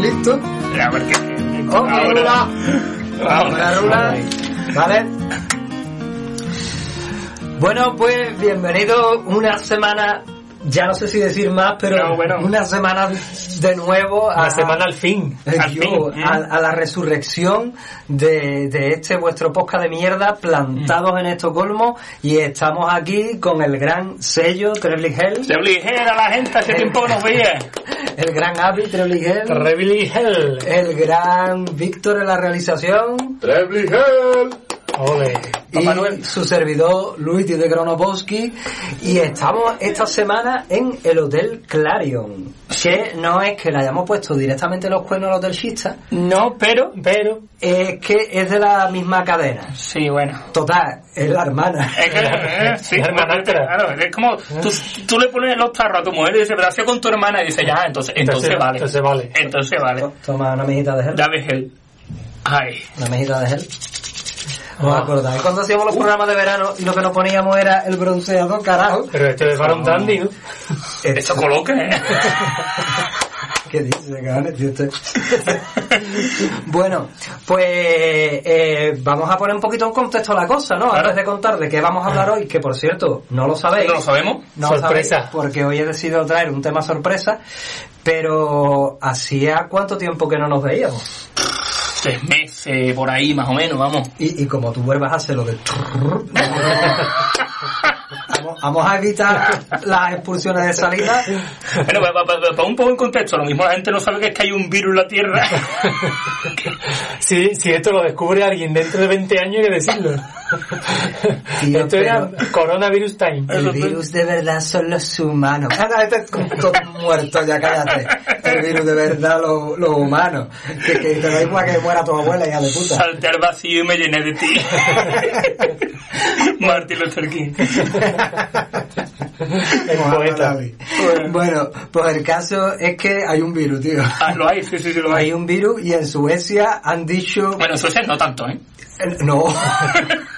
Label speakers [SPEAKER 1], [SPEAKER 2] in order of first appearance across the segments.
[SPEAKER 1] listos.
[SPEAKER 2] Era porque...
[SPEAKER 1] Ok, Lula.
[SPEAKER 2] ahora,
[SPEAKER 1] Hola, Lula. ¿Vale? Bueno, pues bienvenido una semana, ya no sé si decir más, pero
[SPEAKER 2] No, bueno.
[SPEAKER 1] una semana de nuevo a
[SPEAKER 3] La semana al fin.
[SPEAKER 1] Ay,
[SPEAKER 2] Al
[SPEAKER 1] Dios,
[SPEAKER 2] fin, ¿eh?
[SPEAKER 1] a, a la resurrección de, de este vuestro podcast de mierda plantados
[SPEAKER 2] Mm.
[SPEAKER 1] en Estocolmo y estamos aquí con el gran sello Trebly Hell,
[SPEAKER 2] Se obligera la gente hace tiempo que nos veía.
[SPEAKER 1] el gran Avi Trebly Hell,
[SPEAKER 3] Rebel Hell.
[SPEAKER 1] el gran Víctor en la realización
[SPEAKER 4] Trebly Hell.
[SPEAKER 3] Ole.
[SPEAKER 1] y su servidor Luigi de Kronoposki y estamos esta semana en el Hotel Clarion que no es que le hayamos puesto directamente los cuernos al hotelchista
[SPEAKER 2] No, pero...
[SPEAKER 3] Pero,
[SPEAKER 1] es que es de la misma cadena
[SPEAKER 2] Sí, bueno.
[SPEAKER 1] Total, es la hermana.
[SPEAKER 2] Es que, eh, sí,
[SPEAKER 3] Es hermanastra.
[SPEAKER 2] claro, es como tú, tú le pones los tarros a tu mujer y dices, pero ha sido con tu hermana y dice, ya, entonces, entonces,
[SPEAKER 3] Entonces-
[SPEAKER 2] vale.
[SPEAKER 3] entonces vale.
[SPEAKER 2] Entonces vale.
[SPEAKER 1] To- Toma una mejita de gel.
[SPEAKER 2] Dame gel. Ay.
[SPEAKER 1] Una mejita de gel. ¿Os
[SPEAKER 3] Ah.
[SPEAKER 1] acordáis cuando hacíamos los programas de verano y lo que nos poníamos era el bronceador, carajo?
[SPEAKER 3] pero esto es Baron Dandy, ¿no?
[SPEAKER 2] Eso coloca, ¿eh?
[SPEAKER 1] ¿Qué dice, cabrón? Tío, usted. bueno, pues eh, vamos a poner un poquito en contexto la cosa, ¿no?
[SPEAKER 2] Claro.
[SPEAKER 1] Antes de contar de qué vamos a hablar hoy, que por cierto, no lo sabéis.
[SPEAKER 2] No lo sabemos.
[SPEAKER 1] No lo
[SPEAKER 3] Sorpresa.
[SPEAKER 1] sabéis, porque hoy he decidido traer un tema sorpresa, pero hacía cuánto tiempo que no nos veíamos.
[SPEAKER 2] Tres meses, por ahí, más o menos, vamos.
[SPEAKER 1] Y, y como tú vuelvas a hacer lo de... Vamos, vamos a evitar las expulsiones de salida.
[SPEAKER 2] Bueno, para un poco en contexto, lo mismo la gente no sabe que es que hay un virus en la Tierra.
[SPEAKER 3] Si, si esto lo descubre alguien dentro de 20 años, hay que decirlo.
[SPEAKER 1] Tío,
[SPEAKER 3] esto era
[SPEAKER 1] pero-
[SPEAKER 3] coronavirus time.
[SPEAKER 1] El virus de verdad son los humanos. Ah, no, este es con- todo muerto, ya cállate. El virus de verdad, lo- los humanos. Que, que te da igual que muera tu abuela, hija de puta.
[SPEAKER 2] Salté al vacío y me llené de ti. Martin Luther King.
[SPEAKER 3] El poeta.
[SPEAKER 1] Bueno, pues el caso es que hay un virus, tío.
[SPEAKER 2] Ah, lo hay, sí, sí, sí, lo hay.
[SPEAKER 1] Hay un virus y en Suecia han dicho
[SPEAKER 2] Bueno, eso es no tanto, ¿eh?
[SPEAKER 1] Eh, No.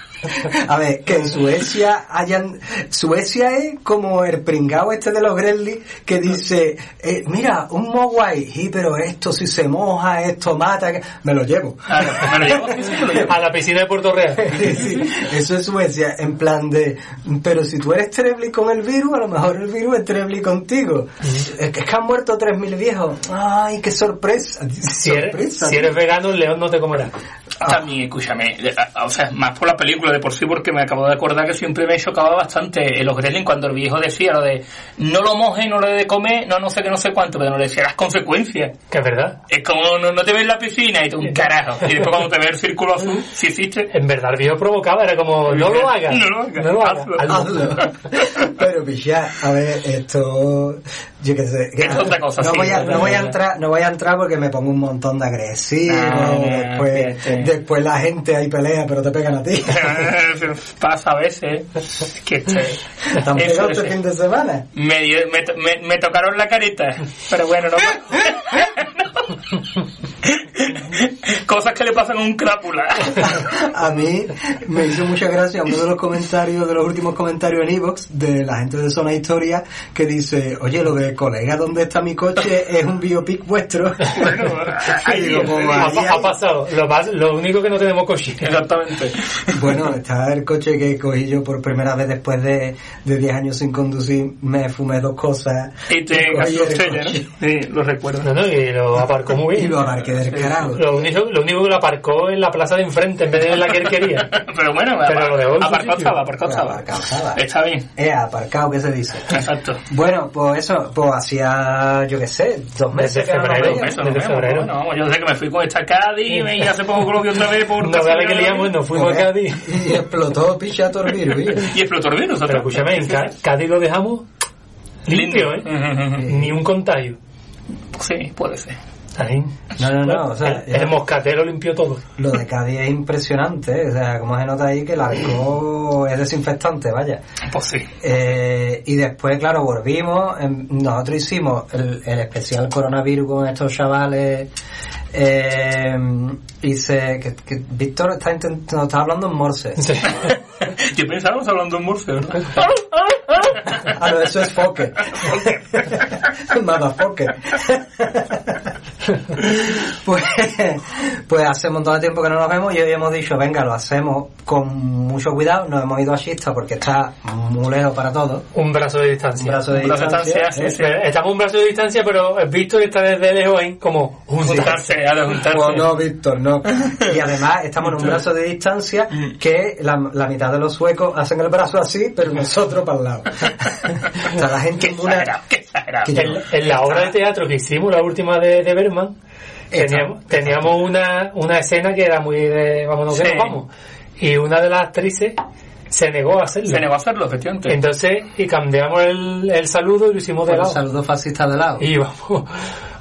[SPEAKER 1] A ver, que en Suecia hayan... Suecia es como el pringao este de los Gremlins que dice, eh, mira, un Mogwai, sí, pero esto si se moja, esto mata, que- me lo llevo.
[SPEAKER 2] Ah, no, me lo llevo, sí, sí, me lo llevo.
[SPEAKER 3] A la piscina de Puerto Real.
[SPEAKER 1] Sí, sí, Eso es Suecia, en plan de, pero si tú eres Trebly con el virus, a lo mejor el virus es Trebly contigo.
[SPEAKER 3] Mm.
[SPEAKER 1] Es que, es que han muerto 3.000 viejos. Ay, qué sorpresa.
[SPEAKER 3] Si eres,
[SPEAKER 1] Sorpresa,
[SPEAKER 3] si eres vegano, el león no te comerá.
[SPEAKER 2] También, escúchame, de- a- o sea, más por la película de por sí, porque me acabo de acordar que siempre me chocaba bastante en los Gremlins cuando el viejo decía lo de no lo mojes, no le de comer, no no sé qué, no sé cuánto, pero no le decía las consecuencias.
[SPEAKER 3] Que es verdad.
[SPEAKER 2] Es como no, no te ves en la piscina y tú, un carajo. Y después cuando te ve el círculo azul, si existe,
[SPEAKER 3] En verdad, el video provocaba, era como, no lo hagas.
[SPEAKER 2] No lo hagas.
[SPEAKER 3] hagas.
[SPEAKER 2] Hazlo.
[SPEAKER 3] Hazlo.
[SPEAKER 1] Hazlo. Pero pichá, a ver, esto yo qué sé.
[SPEAKER 2] Es otra cosa,
[SPEAKER 1] no,
[SPEAKER 2] sí,
[SPEAKER 1] voy a,
[SPEAKER 2] otra
[SPEAKER 1] no voy a
[SPEAKER 2] cosa.
[SPEAKER 1] entrar, no voy a entrar porque me pongo un montón de agresivo,
[SPEAKER 2] Ah,
[SPEAKER 1] después,
[SPEAKER 2] fíjate.
[SPEAKER 1] después la gente ahí pelea, pero te pegan a ti.
[SPEAKER 2] pasa a veces. Es que este,
[SPEAKER 1] Están
[SPEAKER 2] eso
[SPEAKER 1] pegados
[SPEAKER 2] es-
[SPEAKER 1] este fin de semana.
[SPEAKER 2] me, dio- me, to- me- me tocaron la careta, pero bueno, no, no. Cosas que le pasan a un crápula.
[SPEAKER 1] A mí me hizo mucha gracia uno de los comentarios, de los últimos comentarios en Evox de la gente de Zona Historia que dice, oye, lo de colega, ¿dónde está mi coche? Es un biopic vuestro.
[SPEAKER 2] Bueno,
[SPEAKER 1] Y digo, pues,
[SPEAKER 3] Ha,
[SPEAKER 1] ahí
[SPEAKER 3] ha
[SPEAKER 1] hay-
[SPEAKER 3] pasado. Lo, más, lo único que no tenemos coche.
[SPEAKER 2] Exactamente.
[SPEAKER 1] Bueno, está el coche que cogí yo por primera vez después de, de 10 años sin conducir. Me fumé dos cosas.
[SPEAKER 2] Y te
[SPEAKER 1] Cogí
[SPEAKER 2] casó
[SPEAKER 1] el
[SPEAKER 2] usted, ¿no?
[SPEAKER 1] coche
[SPEAKER 2] Sí, lo recuerdo.
[SPEAKER 3] No, no, y lo aparcó muy
[SPEAKER 1] Y
[SPEAKER 3] bien.
[SPEAKER 1] lo abarqué del carajo.
[SPEAKER 3] Lo único, lo único que lo aparcó en la plaza de enfrente en vez de en la que él quería.
[SPEAKER 2] Pero bueno,
[SPEAKER 3] Pero lo dejó en su
[SPEAKER 2] aparcado
[SPEAKER 3] sitio.
[SPEAKER 2] estaba, aparcado
[SPEAKER 3] Ah,
[SPEAKER 2] estaba.
[SPEAKER 1] Aparcado estaba.
[SPEAKER 2] Está bien,
[SPEAKER 1] Eh, aparcado, ¿qué se dice?
[SPEAKER 2] exacto.
[SPEAKER 1] Bueno, pues eso, pues hacía, yo qué sé, dos meses.
[SPEAKER 3] Desde
[SPEAKER 1] que no nos
[SPEAKER 2] Bueno,
[SPEAKER 3] febrero, Bueno,
[SPEAKER 1] veíamos.
[SPEAKER 2] eso, nos
[SPEAKER 3] desde
[SPEAKER 2] vemos,
[SPEAKER 3] febrero.
[SPEAKER 2] Bueno, vamos, yo sé que me fui con esta Cádiz y hace poco Colombia otra vez por...
[SPEAKER 3] No, vale que liamos, nos fuimos a Cádiz.
[SPEAKER 1] Y explotó pichato el virus. oye.
[SPEAKER 2] Y explotó el virus.
[SPEAKER 3] Pero escúchame, en Cá- Cádiz lo dejamos limpio, ¿eh?
[SPEAKER 2] ¿eh?
[SPEAKER 3] Ni un contagio.
[SPEAKER 2] Sí, puede ser.
[SPEAKER 3] Ahí.
[SPEAKER 1] No, no, no, o sea,
[SPEAKER 3] el, el moscatero limpió todo.
[SPEAKER 1] Lo de Cádiz es impresionante, ¿eh? o sea, como se nota ahí que el alcohol es desinfectante, vaya.
[SPEAKER 2] Pues sí.
[SPEAKER 1] Eh, y después, claro, volvimos. em, Nosotros hicimos el, el especial coronavirus con estos chavales. Eh, hice que, que Víctor está intentando, está hablando en morse.
[SPEAKER 3] Sí.
[SPEAKER 2] Yo pensábamos hablando en morse, ¿verdad?
[SPEAKER 1] Ah, no, eso es foque. Motherfucker. pues, pues hace un montón de tiempo que no nos vemos y hoy hemos dicho, venga, lo hacemos con mucho cuidado. Nos hemos ido a Shista porque está muy lejos para todos.
[SPEAKER 3] Un brazo de distancia.
[SPEAKER 1] Un brazo de
[SPEAKER 2] Un brazo de
[SPEAKER 1] distancia.
[SPEAKER 2] distancia,
[SPEAKER 1] ¿eh?
[SPEAKER 2] sí, sí.
[SPEAKER 3] Pero Estamos a un brazo de distancia, pero Víctor está desde lejos ahí como juntarse.
[SPEAKER 2] Juntarse, ha de juntarse.
[SPEAKER 1] Bueno, no, Víctor, no. Y además estamos en un brazo de distancia que la, la mitad de los suecos hacen el brazo así, pero nosotros para el lado. o sea, la gente
[SPEAKER 2] Qué
[SPEAKER 1] en una...
[SPEAKER 2] exagerado, qué exagerado.
[SPEAKER 1] que yo-
[SPEAKER 3] En, en la obra de teatro que hicimos, la última de, de Berman,
[SPEAKER 1] Exacto,
[SPEAKER 3] teníamos, teníamos una, una escena que era muy de vámonos que
[SPEAKER 2] Sí.
[SPEAKER 3] nos vamos. Y una de las actrices se negó a hacerlo.
[SPEAKER 2] Se negó a hacerlo, efectivamente.
[SPEAKER 3] Entonces, y cambiamos el, el saludo y lo hicimos de
[SPEAKER 1] Un
[SPEAKER 3] lado.
[SPEAKER 1] saludo fascista de lado.
[SPEAKER 3] Y vamos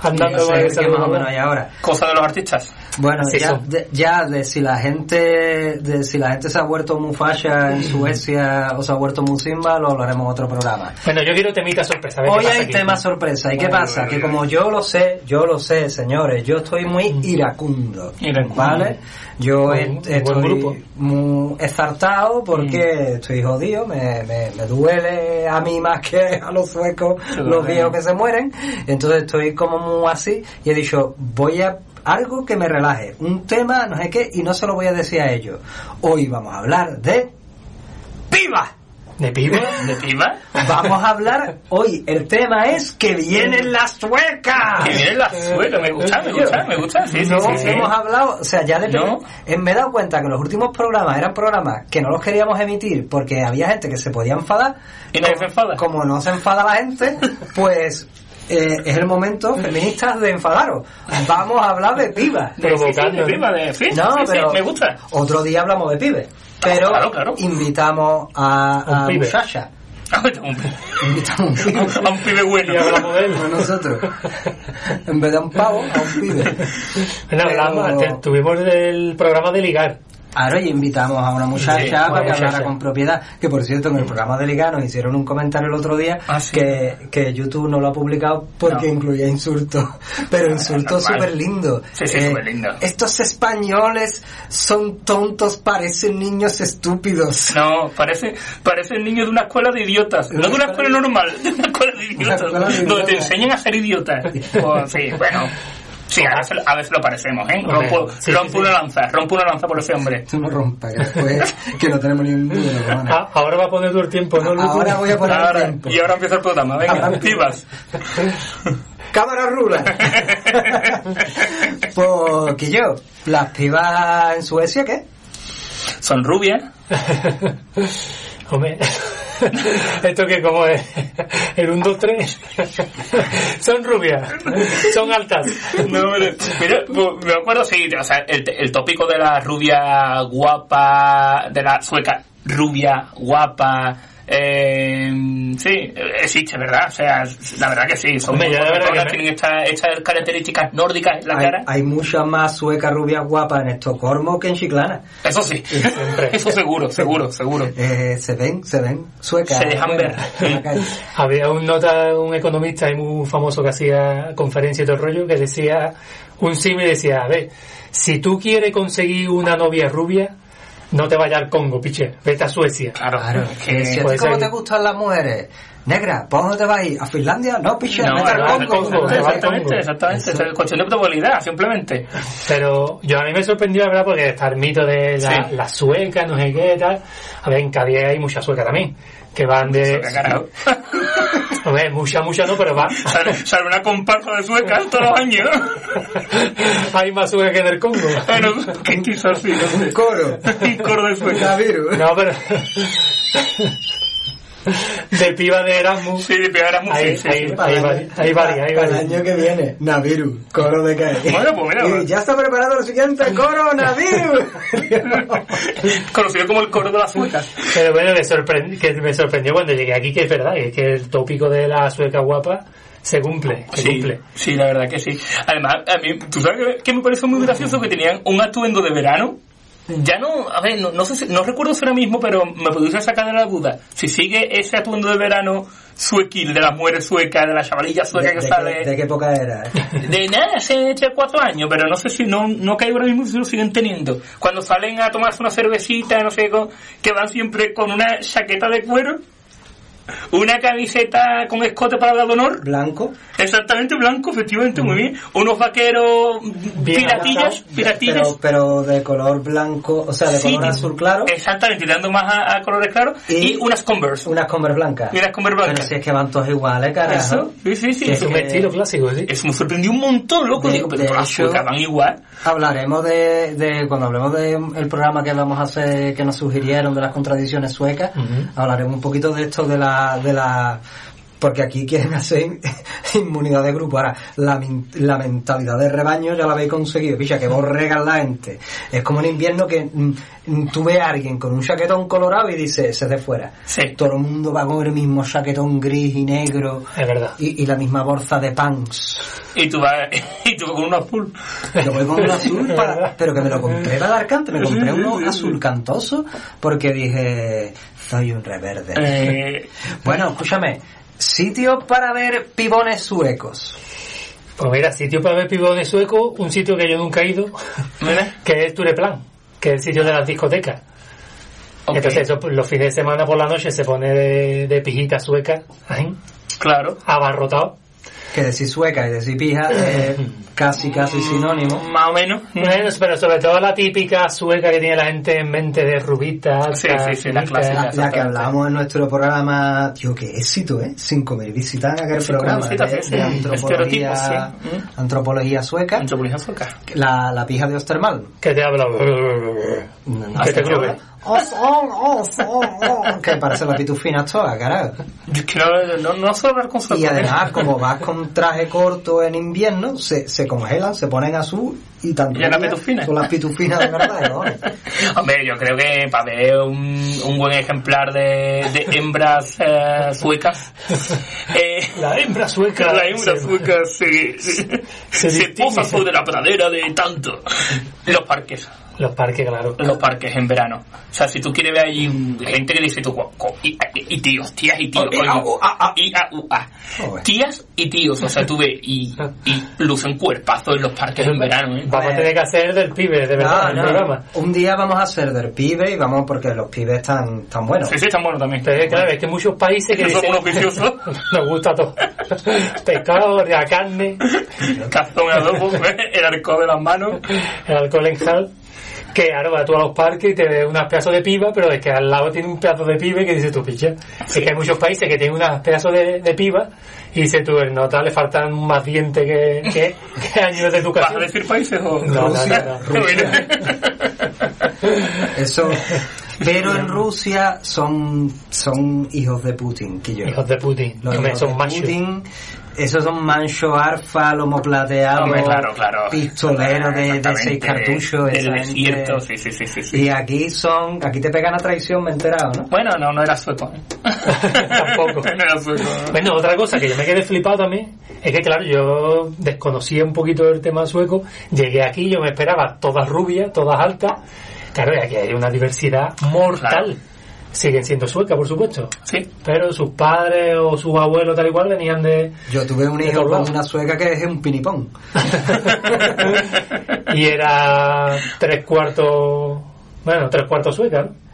[SPEAKER 3] andando
[SPEAKER 1] No
[SPEAKER 3] con
[SPEAKER 1] sé
[SPEAKER 3] el
[SPEAKER 1] qué más o
[SPEAKER 3] saludo.
[SPEAKER 1] menos hay ahora.
[SPEAKER 2] Cosa de los artistas.
[SPEAKER 1] Bueno,
[SPEAKER 3] Así
[SPEAKER 1] ya,
[SPEAKER 3] son.
[SPEAKER 1] de, ya de si la gente de si la gente se ha vuelto muy fascia en Suecia o se ha vuelto muy simba, lo hablaremos en otro programa.
[SPEAKER 3] Bueno, yo quiero temita sorpresa. a ver qué
[SPEAKER 1] Hoy
[SPEAKER 3] pasa
[SPEAKER 1] hay
[SPEAKER 3] aquí.
[SPEAKER 1] tema sorpresa. ¿Y qué pasa? Que como yo lo sé, yo lo sé, señores, yo estoy muy
[SPEAKER 3] Mm.
[SPEAKER 1] iracundo.
[SPEAKER 2] Iracundo.
[SPEAKER 1] ¿Vale? Yo
[SPEAKER 3] Buen-
[SPEAKER 1] est-
[SPEAKER 3] buen
[SPEAKER 1] estoy
[SPEAKER 3] grupo. Mm.
[SPEAKER 1] muy exaltado porque estoy jodido, me, me, me duele a mí más que a los suecos,
[SPEAKER 2] Te
[SPEAKER 1] los
[SPEAKER 2] duele.
[SPEAKER 1] viejos que se mueren. Entonces estoy como muy así y he dicho, voy a algo que me relaje, un tema, no sé qué, y no se lo voy a decir a ellos. Hoy vamos a hablar de... ¡Viva!
[SPEAKER 3] ¿De piba?
[SPEAKER 2] ¿De piba?
[SPEAKER 1] Vamos a hablar hoy. El tema es que vienen las suecas.
[SPEAKER 2] Que viene la suela, me gusta, me gusta, me gusta. Sí, sí,
[SPEAKER 1] No
[SPEAKER 2] sí, sí.
[SPEAKER 1] hemos hablado, o sea, ya de
[SPEAKER 2] No.
[SPEAKER 1] eh, me he dado cuenta que los últimos programas eran programas que no los queríamos emitir porque había gente que se podía enfadar.
[SPEAKER 2] ¿Y nadie se enfada?
[SPEAKER 1] Como no se enfada la gente, pues eh, es el momento, feministas, de enfadaros. Vamos a hablar de pibas.
[SPEAKER 2] De- sí, sí, de
[SPEAKER 3] Provocando,
[SPEAKER 2] piba,
[SPEAKER 3] ¿no?
[SPEAKER 2] de sí,
[SPEAKER 1] No,
[SPEAKER 2] sí, sí,
[SPEAKER 1] pero
[SPEAKER 2] me gusta.
[SPEAKER 1] Otro día hablamos de pibes. Pero
[SPEAKER 2] claro, claro.
[SPEAKER 1] invitamos a,
[SPEAKER 3] Un
[SPEAKER 1] a
[SPEAKER 3] pibe.
[SPEAKER 1] muchacha.
[SPEAKER 2] A un pibe-
[SPEAKER 1] Invitamos a un pibe.
[SPEAKER 2] a un pibe bueno.
[SPEAKER 3] Y hablamos de él.
[SPEAKER 1] No nosotros. En vez de a un pavo, a un pibe.
[SPEAKER 3] Bueno, hablamos,
[SPEAKER 1] Pero-
[SPEAKER 3] antes tuvimos el programa de ligar.
[SPEAKER 1] Ahora y invitamos a una muchacha
[SPEAKER 3] Sí,
[SPEAKER 1] para
[SPEAKER 3] una
[SPEAKER 1] que
[SPEAKER 3] muchacha.
[SPEAKER 1] hablara con propiedad. Que por cierto, en el programa de Liga nos hicieron un comentario el otro día
[SPEAKER 2] Ah, sí.
[SPEAKER 1] que, que YouTube no lo ha publicado porque
[SPEAKER 2] No.
[SPEAKER 1] incluía insultos. Pero insultos
[SPEAKER 2] normal.
[SPEAKER 1] súper lindos.
[SPEAKER 2] Sí, sí, superlindo.
[SPEAKER 1] Estos españoles son tontos, parecen niños estúpidos.
[SPEAKER 2] No, parece, parece el niño de una escuela de idiotas. No de una escuela normal, de una escuela de idiotas.
[SPEAKER 1] escuela de
[SPEAKER 2] Donde te
[SPEAKER 1] idiotas.
[SPEAKER 2] enseñan a ser idiota. O, sí, bueno. Sí, a veces, a veces lo parecemos, ¿eh?
[SPEAKER 3] Hombre,
[SPEAKER 2] Rompo,
[SPEAKER 3] sí,
[SPEAKER 2] rompo
[SPEAKER 3] sí, sí.
[SPEAKER 2] una lanza, rompo una lanza por ese hombre.
[SPEAKER 1] Tú no rompas, que después que no tenemos ni un número. hermana.
[SPEAKER 3] Ah, ahora va a poner tú el tiempo, ¿no, Luis?
[SPEAKER 1] Ahora voy a poner el
[SPEAKER 2] Ahora-
[SPEAKER 1] tiempo.
[SPEAKER 2] y ahora empieza el programa, venga,
[SPEAKER 1] Ahora-
[SPEAKER 2] vivas.
[SPEAKER 1] Cámara rula. Porque yo, las pibas en Suecia, ¿qué?
[SPEAKER 2] Son rubias,
[SPEAKER 3] Hombre, esto que como es el 1, 2, 3 son rubias, son altas.
[SPEAKER 2] No, hombre. Mira, pues, me acuerdo, sí, o sea, el, el tópico de la rubia guapa, de la sueca rubia guapa, eh, sí, existe, ¿verdad? O sea, la verdad que sí, son
[SPEAKER 3] Hombre,
[SPEAKER 2] muy
[SPEAKER 3] ya la
[SPEAKER 2] buenas
[SPEAKER 3] verdad que
[SPEAKER 2] personas,
[SPEAKER 3] no.
[SPEAKER 2] tienen estas, estas características nórdicas en la
[SPEAKER 1] Hay,
[SPEAKER 2] cara.
[SPEAKER 1] hay muchas más suecas rubias guapas en Estocolmo que en Chiclana.
[SPEAKER 2] Eso sí, eso seguro, seguro, seguro.
[SPEAKER 1] Eh, se ven, se ven suecas.
[SPEAKER 2] Se dejan
[SPEAKER 1] buenas
[SPEAKER 2] ver.
[SPEAKER 1] en la calle.
[SPEAKER 3] Había un nota, un economista ahí muy famoso que hacía conferencias y todo el rollo, que decía, un símil decía, a ver, si tú quieres conseguir una novia rubia, no te vayas al Congo, piche, vete a Suecia.
[SPEAKER 2] Claro, es que...
[SPEAKER 1] Si a ti
[SPEAKER 3] puede
[SPEAKER 1] ¿Cómo
[SPEAKER 3] ser.
[SPEAKER 1] te gustan las mujeres? Negra, ¿por dónde te vas a ir? ¿A Finlandia? No, picha,
[SPEAKER 2] No,
[SPEAKER 1] vete al
[SPEAKER 2] no,
[SPEAKER 1] Congo.
[SPEAKER 3] Congo,
[SPEAKER 1] Vete al
[SPEAKER 2] exactamente,
[SPEAKER 1] Congo.
[SPEAKER 2] exactamente,
[SPEAKER 1] Eso.
[SPEAKER 2] es cuestión de probabilidad, simplemente.
[SPEAKER 3] Pero yo a mí me sorprendió, la verdad, porque está el mito de la,
[SPEAKER 2] Sí.
[SPEAKER 3] la sueca, no sé qué, tal. A ver, en Cádiz hay mucha sueca también, que van de...
[SPEAKER 2] Carajo.
[SPEAKER 3] A ver, mucha, mucha no, pero va...
[SPEAKER 2] Sale, sale una comparsa de suecas todos los años.
[SPEAKER 3] hay más sueca que en el Congo.
[SPEAKER 2] Bueno, que quizás sí, no sé.
[SPEAKER 1] Un coro.
[SPEAKER 2] Un coro de
[SPEAKER 1] Un
[SPEAKER 2] suecas.
[SPEAKER 1] cabiru.
[SPEAKER 3] No, pero... de piba de Erasmus.
[SPEAKER 2] Sí, de pegar a mujer,
[SPEAKER 3] Ahí,
[SPEAKER 2] sí,
[SPEAKER 3] ahí,
[SPEAKER 2] sí.
[SPEAKER 3] ahí va, ahí va, ahí
[SPEAKER 1] Para el
[SPEAKER 3] va.
[SPEAKER 1] año que viene, Naviru, coro de calle.
[SPEAKER 2] Bueno, pues mira,
[SPEAKER 1] Y
[SPEAKER 2] pues.
[SPEAKER 1] ya está preparado el siguiente coro, Naviru.
[SPEAKER 2] Conocido como el coro de las suecas.
[SPEAKER 3] Pero bueno, me, sorprend- que me sorprendió cuando llegué aquí que es verdad, que es que el tópico de la sueca guapa se cumple, se
[SPEAKER 2] Sí,
[SPEAKER 3] cumple.
[SPEAKER 2] sí, la verdad que sí. Además, a mí, tú sabes que- que me pareció muy gracioso que tenían un atuendo de verano. Ya no, a ver, no, no sé si- no recuerdo si ahora mismo, pero me produce sacar de la duda. Si sigue ese atuendo de verano suequil de las mujeres suecas, de la chavalilla sueca
[SPEAKER 1] ¿De,
[SPEAKER 2] que
[SPEAKER 1] de
[SPEAKER 2] sale.
[SPEAKER 1] qué, de qué época era? eh?
[SPEAKER 2] De nada, hace 3 4 años, pero no sé si no, no caigo ahora mismo si lo siguen teniendo. Cuando salen a tomarse una cervecita, no sé, con- que van siempre con una chaqueta de cuero una camiseta con escote para dar honor.
[SPEAKER 1] Blanco.
[SPEAKER 2] Exactamente, blanco, efectivamente, muy bien. Unos vaqueros
[SPEAKER 3] Bien
[SPEAKER 2] piratillas,
[SPEAKER 3] adaptados,
[SPEAKER 2] piratillas.
[SPEAKER 1] Pero, pero de color blanco, o sea, de
[SPEAKER 2] Sí.
[SPEAKER 1] color azul claro.
[SPEAKER 2] Exactamente, tirando más a, a colores claros.
[SPEAKER 1] Y-
[SPEAKER 2] Y, unas Converse.
[SPEAKER 1] Unas Converse blancas.
[SPEAKER 2] Y unas Converse
[SPEAKER 1] Pero
[SPEAKER 2] blancas.
[SPEAKER 1] si es que van todos iguales, carajo.
[SPEAKER 2] Eso, sí, sí, sí.
[SPEAKER 1] Que
[SPEAKER 3] Es un
[SPEAKER 1] que-
[SPEAKER 3] estilo clásico, sí.
[SPEAKER 2] Eso me sorprendió un montón, loco.
[SPEAKER 1] De-
[SPEAKER 2] Digo, pero
[SPEAKER 1] de
[SPEAKER 2] todas las
[SPEAKER 1] hecho-
[SPEAKER 2] suecas van igual.
[SPEAKER 1] Hablaremos de, de cuando hablemos del programa que vamos a hacer, que nos sugirieron de las contradicciones suecas,
[SPEAKER 3] Ujú.
[SPEAKER 1] hablaremos un poquito de esto de la, de la, porque aquí quieren hacer in- inmunidad de grupo. Ahora, la, min- la mentalidad de rebaño ya la habéis conseguido, picha, que vos regas la gente. Es como en invierno que mm, mm, tú ves a alguien con un chaquetón colorado y dices, ese es de fuera.
[SPEAKER 2] Sí.
[SPEAKER 1] Todo el mundo va con el mismo chaquetón gris y negro
[SPEAKER 3] Es verdad.
[SPEAKER 1] y, y la misma bolsa de pants.
[SPEAKER 2] Y tú vas, y tú vas con unos azul.
[SPEAKER 1] Lo voy con un azul, para- pero que me lo compré para dar cante. Me compré uno azul cantoso porque dije, soy un reverde.
[SPEAKER 2] Eh,
[SPEAKER 1] Bueno, escúchame, sitio para ver pibones suecos.
[SPEAKER 3] Pues mira, sitio para ver pibones sueco, un sitio que yo nunca he ido,
[SPEAKER 2] ¿verdad?
[SPEAKER 3] que es Tureplan, que es el sitio de las discotecas.
[SPEAKER 2] Ok,
[SPEAKER 3] Entonces, eso, pues, los fines de semana por la noche se pone de, de pijita sueca, ahí,
[SPEAKER 2] claro.
[SPEAKER 3] abarrotado.
[SPEAKER 1] Que decir sueca y decir pija es casi, casi sinónimo.
[SPEAKER 2] Mm, Más o menos.
[SPEAKER 3] Bueno, pero sobre todo la típica sueca que tiene la gente en mente de rubita, alta,
[SPEAKER 2] Sí, sí, sí, la
[SPEAKER 3] finita.
[SPEAKER 2] clásica.
[SPEAKER 1] La, la que hablábamos en nuestro programa, tío, qué éxito, ¿eh? 5.000 visitas en aquel programa
[SPEAKER 2] visitas,
[SPEAKER 1] de,
[SPEAKER 2] sí,
[SPEAKER 1] de
[SPEAKER 2] sí.
[SPEAKER 1] antropología,
[SPEAKER 2] Estereotipos, sí.
[SPEAKER 1] antropología sueca,
[SPEAKER 2] Antropología sueca.
[SPEAKER 1] la, la pija de Ostermal.
[SPEAKER 3] Que te habla...
[SPEAKER 2] Ah,
[SPEAKER 3] Que te clube.
[SPEAKER 1] Os, os, os, os, os, que parece la pitufina toda, carajo.
[SPEAKER 2] Yo es que no, no, no sé hablar con
[SPEAKER 1] Y
[SPEAKER 2] sueco, ¿eh?
[SPEAKER 1] además, como vas con traje corto en invierno, se, se congelan, se ponen azul y tanto.
[SPEAKER 2] Y las pitufinas.
[SPEAKER 1] Son las pitufinas de verdad, ¿no?
[SPEAKER 2] Hombre, yo creo que para ver un, un buen ejemplar de, de hembras eh, suecas. eh,
[SPEAKER 3] La hembra sueca.
[SPEAKER 2] la hembra
[SPEAKER 3] se-
[SPEAKER 2] sueca se, se, se
[SPEAKER 3] se distingue.
[SPEAKER 2] posa sobre la pradera de tanto. Los parques.
[SPEAKER 3] Los parques, claro.
[SPEAKER 2] Los parques en verano. O sea, si tú quieres ver allí gente que dice tú, guau, co- y, y- y tíos, tías y tíos.
[SPEAKER 1] Oh, eh,
[SPEAKER 2] coño.
[SPEAKER 1] ah, oh, ah, ah.
[SPEAKER 2] Y, ah, uh, ah.
[SPEAKER 1] Joder.
[SPEAKER 2] Tías y tíos. O sea, tú ves y, y lucen cuerpazos en los parques en verano, ¿eh?
[SPEAKER 3] Vamos a tener que hacer del pibe, de verdad,
[SPEAKER 1] Ah,
[SPEAKER 3] el
[SPEAKER 1] no.
[SPEAKER 3] programa.
[SPEAKER 1] Un día vamos a hacer del pibe y vamos porque los pibes están tan buenos.
[SPEAKER 2] Sí, sí, están buenos también.
[SPEAKER 3] Pero es que, claro, es que muchos países que
[SPEAKER 2] Que son
[SPEAKER 3] dicen...
[SPEAKER 2] unos viciosos.
[SPEAKER 3] Nos gusta todo. Pescado, la carne,
[SPEAKER 2] Cazón adobo, el arco de las manos.
[SPEAKER 3] el alcohol en gel. Que ahora vas tú a los parques y te ves unas pedazos de piba, pero es que al lado tiene un pedazo de pibe que dice tú, picha. Es que hay muchos países que tienen unas pedazos de, de piba y dice tú, el nota le faltan más dientes que, que, que años de
[SPEAKER 2] ¿Vas a
[SPEAKER 3] educación.
[SPEAKER 2] decir países o...?
[SPEAKER 3] No, no,
[SPEAKER 1] Rusia,
[SPEAKER 3] no, no.
[SPEAKER 1] Rusia. Eso. Pero en Rusia son, son hijos de Putin, que yo.
[SPEAKER 3] Hijos de Putin.
[SPEAKER 1] Los
[SPEAKER 3] Hombre,
[SPEAKER 1] hijos
[SPEAKER 3] son
[SPEAKER 1] de
[SPEAKER 3] machos.
[SPEAKER 1] Putin, esos son mancho, arfa, lomo plateado,
[SPEAKER 2] Hombre, claro, claro.
[SPEAKER 1] pistolero de, de seis
[SPEAKER 2] Exactamente,
[SPEAKER 1] cartuchos.
[SPEAKER 2] Del
[SPEAKER 1] esa gente.
[SPEAKER 2] desierto, sí, sí, sí, sí. sí.
[SPEAKER 1] Y aquí son, aquí te pegan a traición, me he enterado, ¿no?
[SPEAKER 2] Bueno, no, no era sueco. ¿eh?
[SPEAKER 3] Tampoco.
[SPEAKER 2] No era sueco.
[SPEAKER 3] Bueno, otra cosa que yo me quedé flipado también es que, claro, yo desconocía un poquito el tema sueco. Llegué aquí, yo me esperaba todas rubias, todas altas. Claro, y aquí hay una diversidad mortal. Siguen siendo suecas, por supuesto.
[SPEAKER 2] Sí.
[SPEAKER 3] Pero sus padres o sus abuelos, tal y cual, venían de.
[SPEAKER 1] Yo tuve un hijo
[SPEAKER 3] todos lados.
[SPEAKER 1] con una sueca que es un pinipón.
[SPEAKER 3] y era tres cuartos. Bueno, tres cuartos sueca, ¿no?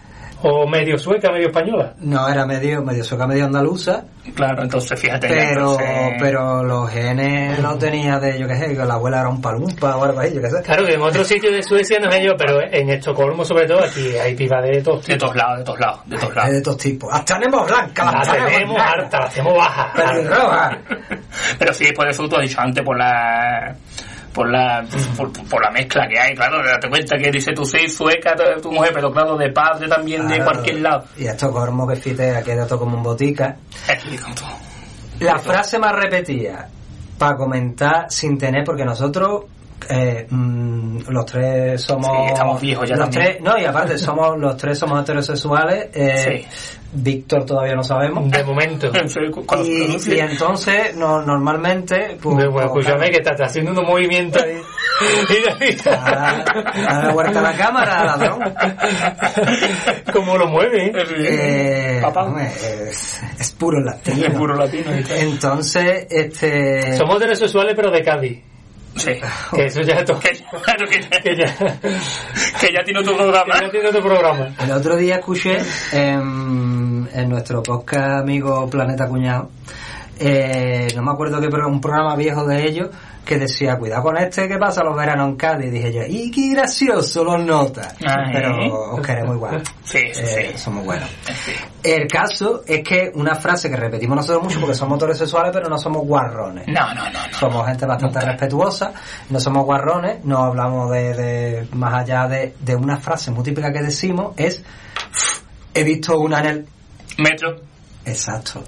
[SPEAKER 3] O medio sueca, medio española.
[SPEAKER 1] No, era medio, medio sueca, medio andaluza,
[SPEAKER 2] Claro, entonces fíjate. ya,
[SPEAKER 1] pero,
[SPEAKER 2] entonces-
[SPEAKER 1] pero los genes no tenía de, yo qué sé, que la abuela era un palumpa o algo así, yo qué sé.
[SPEAKER 3] Claro que en otros sitios de Suecia no es ello, pero en Estocolmo, sobre todo, aquí hay pibas de todos
[SPEAKER 2] De todos lados, de todos lados, de todos
[SPEAKER 1] Hay
[SPEAKER 2] lados.
[SPEAKER 1] de todos tipos. Las tenemos blancas,
[SPEAKER 3] La
[SPEAKER 1] las tenemos
[SPEAKER 3] tenemos harta, la tenemos baja.
[SPEAKER 1] roja.
[SPEAKER 2] Pero sí, por eso tú has dicho antes, por la... Por la, por, por la mezcla que hay, claro, date cuenta que dice tú sí, sueca, tu- tu mujer, pero claro, de padre también, de cualquier lado.
[SPEAKER 1] Y a Estocolmo que fite, aquí dato como un botica.
[SPEAKER 2] Aquí, como tú.
[SPEAKER 1] La frase más repetida para comentar sin tener, porque nosotros eh, mm, los tres somos.
[SPEAKER 2] Sí, estamos viejos ya
[SPEAKER 1] los
[SPEAKER 2] también.
[SPEAKER 1] tres, No, y aparte, somos los tres somos heterosexuales. eh, Víctor todavía no sabemos.
[SPEAKER 3] De momento.
[SPEAKER 2] En serio, cu- cuando se
[SPEAKER 1] Y,
[SPEAKER 2] pronuncia.
[SPEAKER 1] y entonces, no, normalmente. pues,
[SPEAKER 3] Bueno,
[SPEAKER 1] como-
[SPEAKER 3] escúchame que estás haciendo unos movimientos ahí.
[SPEAKER 1] Ahora- ahora vuelta la cámara, ladrón.
[SPEAKER 3] Cómo lo mueve, ¿eh?
[SPEAKER 1] eh,
[SPEAKER 2] Papá.
[SPEAKER 1] hombre, es, es puro latino.
[SPEAKER 2] Es puro latino.
[SPEAKER 1] Entonces, este.
[SPEAKER 3] Somos heterosexuales, pero de Cádiz.
[SPEAKER 2] Sí.
[SPEAKER 3] Que eso ya es todo.
[SPEAKER 2] Que, claro, que,
[SPEAKER 3] Que ya, que
[SPEAKER 2] que ya tiene otro programa.
[SPEAKER 3] ya tiene otro programa.
[SPEAKER 1] El otro día escuché em, en, en nuestro podcast amigo Planeta Cuñado, eh, no me acuerdo que un programa viejo de ellos que decía, cuidado con este que pasa los veranos en Cádiz. Y dije yo, y qué gracioso los notas.
[SPEAKER 2] Ay.
[SPEAKER 1] Pero os queremos igual.
[SPEAKER 2] Sí, Ah, ¿eh? sí,
[SPEAKER 1] Eh,
[SPEAKER 2] sí.
[SPEAKER 1] Somos buenos. El caso es que una frase que repetimos nosotros mucho porque somos heterosexuales pero no somos guarrones.
[SPEAKER 2] No, no, no, no.
[SPEAKER 1] Somos gente bastante
[SPEAKER 2] Nunca.
[SPEAKER 1] respetuosa, no somos guarrones, no hablamos de, de- más allá de, de una frase muy típica que decimos, es he visto una en el...
[SPEAKER 2] Metro,
[SPEAKER 1] Exacto.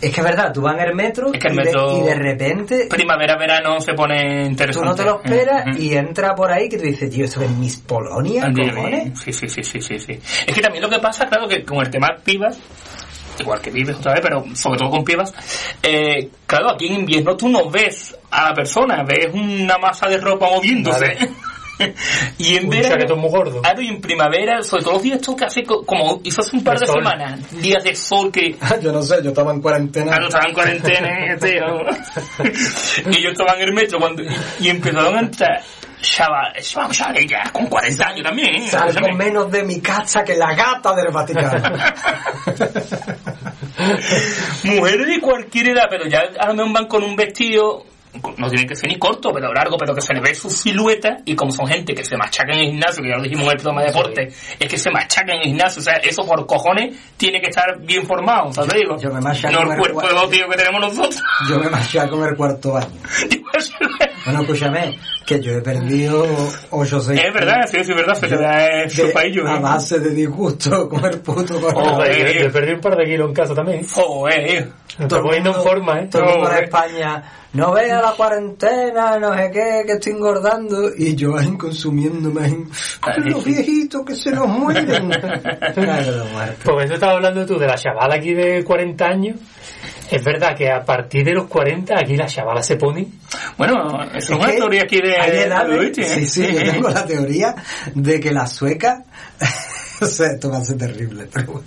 [SPEAKER 1] Es que es verdad, tú vas en el metro,
[SPEAKER 2] Es que el
[SPEAKER 1] y, de-
[SPEAKER 2] metro-
[SPEAKER 1] y de, repente
[SPEAKER 2] primavera, verano se pone
[SPEAKER 1] tú
[SPEAKER 2] interesante. Mm,
[SPEAKER 1] no te lo esperas
[SPEAKER 2] Ujú.
[SPEAKER 1] y entra por ahí que tú dices, tío, esto es mis Polonia, cojones.
[SPEAKER 2] Sí, sí, sí, sí, sí, sí. Es que también lo que pasa, claro, que con el tema pibas, igual que vives otra vez, pero sobre todo con pibas, eh, claro, aquí en invierno tú no ves a la persona, ves una masa de ropa moviéndose. y en
[SPEAKER 3] Un
[SPEAKER 2] verano-
[SPEAKER 3] chaquetón muy gordo.
[SPEAKER 2] Claro, y en primavera, sobre todo los días estos que hace, co- como hizo hace un par
[SPEAKER 3] De
[SPEAKER 2] de,
[SPEAKER 3] sol.
[SPEAKER 2] semanas, días de sol que
[SPEAKER 1] yo no sé, yo estaba en cuarentena.
[SPEAKER 2] Claro, estaban en cuarentena, eh, tío. y yo estaba en el metro cuando, y, y empezaron a entrar chavales, vamos a ver, ya con 40 años también. eh,
[SPEAKER 1] Salgo
[SPEAKER 2] escúchame.
[SPEAKER 1] menos de mi casa que la gata del Vaticano.
[SPEAKER 2] Mujeres de cualquier edad, pero ya a lo mejor van con un vestido, no tiene que ser ni corto, pero largo, pero que se le ve su silueta, y como son gente que se machaca en el gimnasio, que ya lo dijimos en el programa de deporte, es que se machaca en el gimnasio, o sea, eso por cojones tiene que estar bien formado, o sea, te digo,
[SPEAKER 1] Yo me machaco
[SPEAKER 2] no
[SPEAKER 1] en
[SPEAKER 2] el
[SPEAKER 1] el
[SPEAKER 2] cuerpo de
[SPEAKER 1] cuarto.
[SPEAKER 2] dos tíos que tenemos nosotros.
[SPEAKER 1] Yo me marché a comer cuarto año. Bueno, escúchame, que yo he perdido 8 o 6
[SPEAKER 2] Es verdad, sí, sí, es verdad, se te da eh, su paillo.
[SPEAKER 1] A
[SPEAKER 2] ¿no?
[SPEAKER 1] base de disgusto con el puto
[SPEAKER 2] Oh,
[SPEAKER 1] correo.
[SPEAKER 3] Joder,
[SPEAKER 2] eh,
[SPEAKER 3] yo- yo perdí un par de kilos en casa también.
[SPEAKER 2] Joder, eh.
[SPEAKER 3] Me estoy poniendo en forma, ¿eh?
[SPEAKER 1] Todo el mundo
[SPEAKER 2] No,
[SPEAKER 1] de
[SPEAKER 2] eh.
[SPEAKER 1] España, no vea la cuarentena, no sé qué, que estoy engordando. Y yo ahí consumiéndome ahí, con los viejitos que se nos mueren. Claro, los muertos.
[SPEAKER 3] Porque eso estabas hablando tú de la chavala aquí de 40 años. Es verdad que a partir de los 40 aquí la chavala se pone
[SPEAKER 2] Bueno, es
[SPEAKER 1] Es
[SPEAKER 2] una
[SPEAKER 1] que
[SPEAKER 2] teoría aquí de,
[SPEAKER 1] hay edades-
[SPEAKER 2] de Luigi, ¿eh?
[SPEAKER 1] Sí, sí, yo tengo la teoría de que la sueca... o sea, esto va a ser terrible, pero...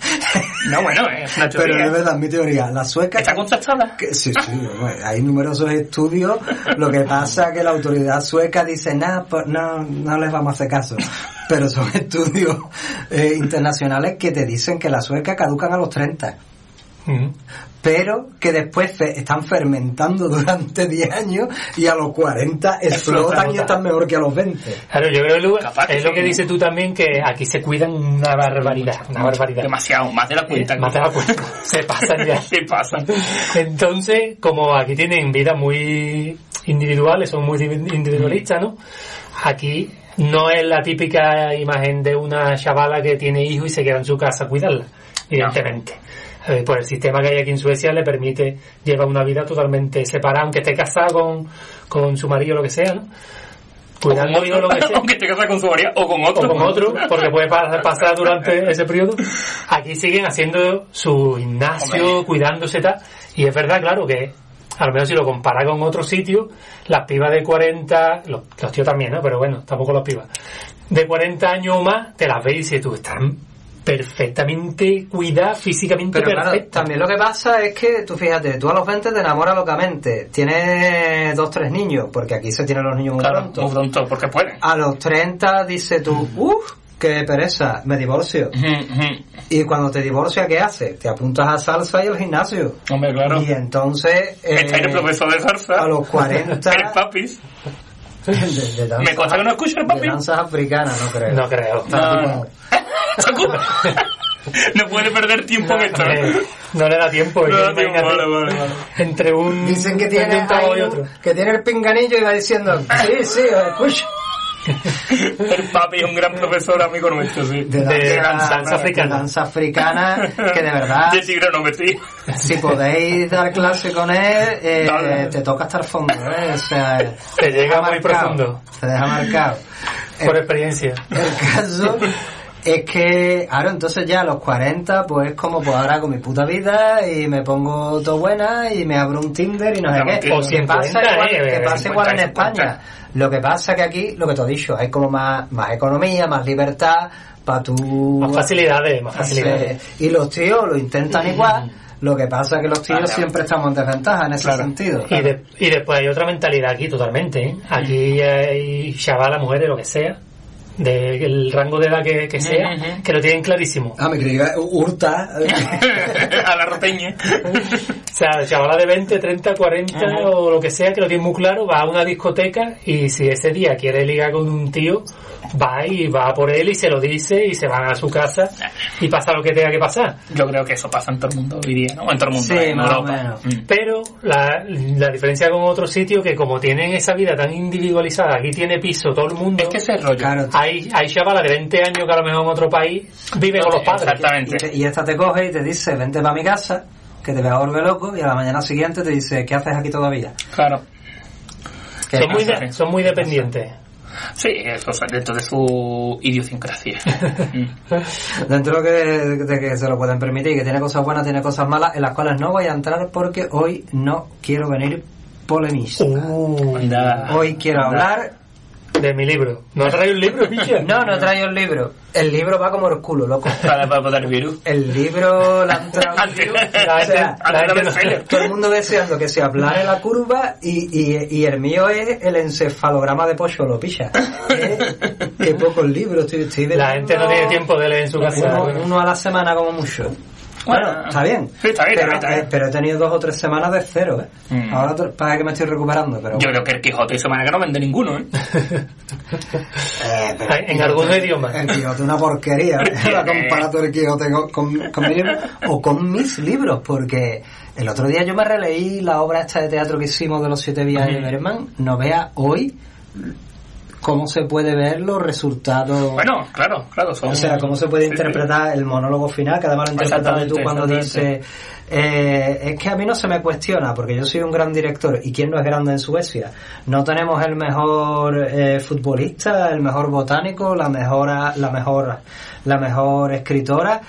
[SPEAKER 2] No, bueno, es una
[SPEAKER 1] Pero es
[SPEAKER 2] teoría.
[SPEAKER 1] verdad, mi teoría. La sueca...
[SPEAKER 2] Está contrastada.
[SPEAKER 1] Que- sí, sí, bueno, hay numerosos estudios. Lo que pasa que la autoridad sueca dice, nada, pues no, no les vamos a hacer caso. Pero son estudios eh, internacionales que te dicen que la sueca caducan a los 30.
[SPEAKER 3] mm,
[SPEAKER 1] Pero que después fe- están fermentando durante 10 años y a los 40 explotan y están mejor que a los 20.
[SPEAKER 3] Claro, yo creo Lu,
[SPEAKER 2] Capaz que
[SPEAKER 3] es lo que
[SPEAKER 2] sí.
[SPEAKER 3] dices tú también, que aquí se cuidan una barbaridad, una barbaridad. Eh,
[SPEAKER 2] Demasiado, más de la cuenta.
[SPEAKER 3] Más de la cuenta. se pasan ya. Pues
[SPEAKER 2] Se pasan.
[SPEAKER 3] Entonces, como aquí tienen vidas muy individuales, son muy divi- individualistas, ¿no? Aquí no es la típica imagen de una chavala que tiene hijos y se queda en su casa a cuidarla, evidentemente. Eh, Pues el sistema que hay aquí en Suecia le permite llevar una vida totalmente separada, aunque esté casada con, con su marido o lo que sea, ¿no? Cuidar al hijo o lo que sea
[SPEAKER 2] Aunque te casas con su variedad o con otro.
[SPEAKER 3] o con otro, porque puede pa- pasar durante ese periodo. Aquí siguen haciendo su gimnasio,
[SPEAKER 2] Hombre.
[SPEAKER 3] cuidándose y tal. Y es verdad, claro, que a lo mejor si lo compara con otro sitio, las pibas de 40, los, los tíos también, ¿no? Pero bueno, tampoco las pibas. De 40 años o más, te las ves y dices tú, están perfectamente cuidadas, físicamente
[SPEAKER 1] Pero claro,
[SPEAKER 3] perfectas.
[SPEAKER 1] también lo que pasa es que tú fíjate, tú a los 20 te enamoras locamente, tienes dos, tres niños, porque aquí se tienen los niños muy
[SPEAKER 2] Claro,
[SPEAKER 1] pronto.
[SPEAKER 2] muy pronto, porque pueden.
[SPEAKER 1] A los 30 dices tú, uff, qué pereza, me divorcio.
[SPEAKER 2] Ujú, ujú.
[SPEAKER 1] Y cuando te divorcias, ¿qué haces? Te apuntas a salsa y al gimnasio.
[SPEAKER 2] Hombre, claro.
[SPEAKER 1] Y entonces, eh,
[SPEAKER 2] Está ahí el profesor de zarza.
[SPEAKER 1] a los 40,
[SPEAKER 2] El papis.
[SPEAKER 1] de, de danza-
[SPEAKER 2] Me consta que no escucha el
[SPEAKER 1] de
[SPEAKER 2] papi.
[SPEAKER 1] danzas africanas, no creo.
[SPEAKER 3] No creo.
[SPEAKER 2] No, no. Se ocupa. No puede perder tiempo en esto.
[SPEAKER 3] Eh, no le da tiempo.
[SPEAKER 2] No le da
[SPEAKER 3] imagínate,
[SPEAKER 2] tiempo, vale, vale, vale.
[SPEAKER 3] Entre un,
[SPEAKER 1] Dicen que
[SPEAKER 3] entre
[SPEAKER 1] tiene,
[SPEAKER 3] Mm, un trabajo
[SPEAKER 1] ahí
[SPEAKER 3] y
[SPEAKER 1] un-
[SPEAKER 3] otro.
[SPEAKER 1] que tiene el pinganillo y va diciendo, sí, sí, os escucho.
[SPEAKER 2] El papi es un gran profesor, amigo nuestro, sí.
[SPEAKER 1] de,
[SPEAKER 3] De
[SPEAKER 1] de danza
[SPEAKER 3] danza
[SPEAKER 1] africana.
[SPEAKER 3] africana.
[SPEAKER 1] danza africana, que de verdad,
[SPEAKER 2] De tigre no metí.
[SPEAKER 1] si podéis dar clase con él, eh,
[SPEAKER 2] Dale.
[SPEAKER 1] te toca hasta el fondo, ¿eh? O sea,
[SPEAKER 3] Te llega muy
[SPEAKER 1] marcado,
[SPEAKER 3] profundo.
[SPEAKER 1] Te deja marcado.
[SPEAKER 3] Por
[SPEAKER 1] El,
[SPEAKER 3] experiencia.
[SPEAKER 1] el caso es que, ahora entonces ya a los 40, pues como pues ahora con mi puta vida y me pongo todo buena y me abro un Tinder y no sé
[SPEAKER 2] Claro,
[SPEAKER 1] qué.
[SPEAKER 2] o
[SPEAKER 1] Que
[SPEAKER 3] 50,
[SPEAKER 1] pasa igual,
[SPEAKER 3] eh,
[SPEAKER 1] que pasa
[SPEAKER 2] 50,
[SPEAKER 1] igual en
[SPEAKER 2] 50.
[SPEAKER 1] España. Lo que pasa que aquí, lo que te he dicho, hay como más, más economía, más libertad para tu...
[SPEAKER 3] Más facilidades, más
[SPEAKER 1] Sí.
[SPEAKER 3] facilidades.
[SPEAKER 1] Y los tíos lo intentan igual, lo que pasa es que los tíos
[SPEAKER 2] Claro.
[SPEAKER 1] siempre estamos en desventaja en ese
[SPEAKER 2] Claro.
[SPEAKER 1] sentido.
[SPEAKER 3] Y, de- y después hay otra mentalidad aquí totalmente. ¿eh? Aquí hay chavala, mujeres, lo que sea, del rango de edad que, que sea,
[SPEAKER 2] Ujú.
[SPEAKER 3] que lo tienen clarísimo.
[SPEAKER 1] Ah, me creía hurta.
[SPEAKER 2] a la roteña.
[SPEAKER 3] O sea, chavala de 20, 30, 40
[SPEAKER 2] Ujú.
[SPEAKER 3] o lo que sea, que lo tiene muy claro, va a una discoteca y si ese día quiere ligar con un tío, va y va por él y se lo dice y se van a su casa y pasa lo que tenga que pasar.
[SPEAKER 2] Yo creo que eso pasa en todo el mundo hoy día, ¿no? En todo el
[SPEAKER 1] Sí,
[SPEAKER 2] mundo, en
[SPEAKER 1] más o
[SPEAKER 2] Europa.
[SPEAKER 1] menos.
[SPEAKER 2] Mm.
[SPEAKER 3] Pero la, la diferencia con otros sitios que como tienen esa vida tan individualizada, aquí tiene piso todo el mundo.
[SPEAKER 2] Es que ese es el rollo.
[SPEAKER 1] Claro.
[SPEAKER 3] Hay, hay chavalas de 20 años que a lo mejor en otro país viven con los padres.
[SPEAKER 1] Y, te-
[SPEAKER 2] Exactamente.
[SPEAKER 1] y esta te coge y te dice, vente para mi casa, que te voy a volver loco, y a la mañana siguiente te dice, ¿qué haces aquí todavía?
[SPEAKER 2] Claro.
[SPEAKER 1] Que
[SPEAKER 3] Son muy,
[SPEAKER 2] pasa,
[SPEAKER 3] de-
[SPEAKER 2] sí.
[SPEAKER 3] son muy dependientes.
[SPEAKER 2] Sí, eso es dentro de su idiosincrasia. Mm.
[SPEAKER 1] Dentro que, de que se lo pueden permitir, que tiene cosas buenas, tiene cosas malas, en las cuales no voy a entrar porque hoy no quiero venir polemista.
[SPEAKER 3] Uh,
[SPEAKER 2] Anda.
[SPEAKER 1] Hoy quiero hablar...
[SPEAKER 3] de mi libro. ¿No trae un libro, bicho?
[SPEAKER 1] No, no traigo el libro. El libro va como el culo, loco.
[SPEAKER 2] Para, para botar el virus.
[SPEAKER 1] El libro la han traducido.
[SPEAKER 3] La
[SPEAKER 1] o
[SPEAKER 3] gente-
[SPEAKER 1] sea,
[SPEAKER 3] la gente
[SPEAKER 2] Anda,
[SPEAKER 3] no-
[SPEAKER 2] bestseller.
[SPEAKER 1] todo el mundo deseando que se aplane la curva y, y, y el mío es el encefalograma de Pocho lo pilla. ¿Eh? Qué pocos libros estoy, estoy de-
[SPEAKER 3] La gente no tiene tiempo de leer en su casa.
[SPEAKER 1] Uno, uno a la semana como mucho.
[SPEAKER 2] Bueno,
[SPEAKER 1] Bueno, está bien.
[SPEAKER 2] sí, está bien,
[SPEAKER 1] pero,
[SPEAKER 2] está bien.
[SPEAKER 1] eh, pero he tenido dos o tres semanas de cero, ¿eh?
[SPEAKER 2] Mm.
[SPEAKER 1] Ahora te- para que me estoy recuperando, pero...
[SPEAKER 2] Yo creo que el Quijote y Semana que no vende ninguno, ¿eh?
[SPEAKER 1] Eh, pero-
[SPEAKER 3] En algún idioma.
[SPEAKER 1] El Quijote una porquería. La comparato el Quijote con, con- con mi libro o con mis libros, porque el otro día yo me releí la obra esta de teatro que hicimos de los siete días de Berman. No vea hoy cómo se puede ver los resultados.
[SPEAKER 2] Bueno, claro, claro. Son...
[SPEAKER 1] Oh. O sea, cómo se puede
[SPEAKER 2] Sí, sí.
[SPEAKER 1] interpretar el monólogo final, que además lo interpretas tú
[SPEAKER 2] Exactamente,
[SPEAKER 1] cuando dices,
[SPEAKER 2] exactamente.
[SPEAKER 1] eh, es que a mí no se me cuestiona, porque yo soy un gran director, ¿y quién no es grande en Suecia? No tenemos el mejor eh, futbolista, el mejor botánico, la mejor, la mejor, la mejor escritora,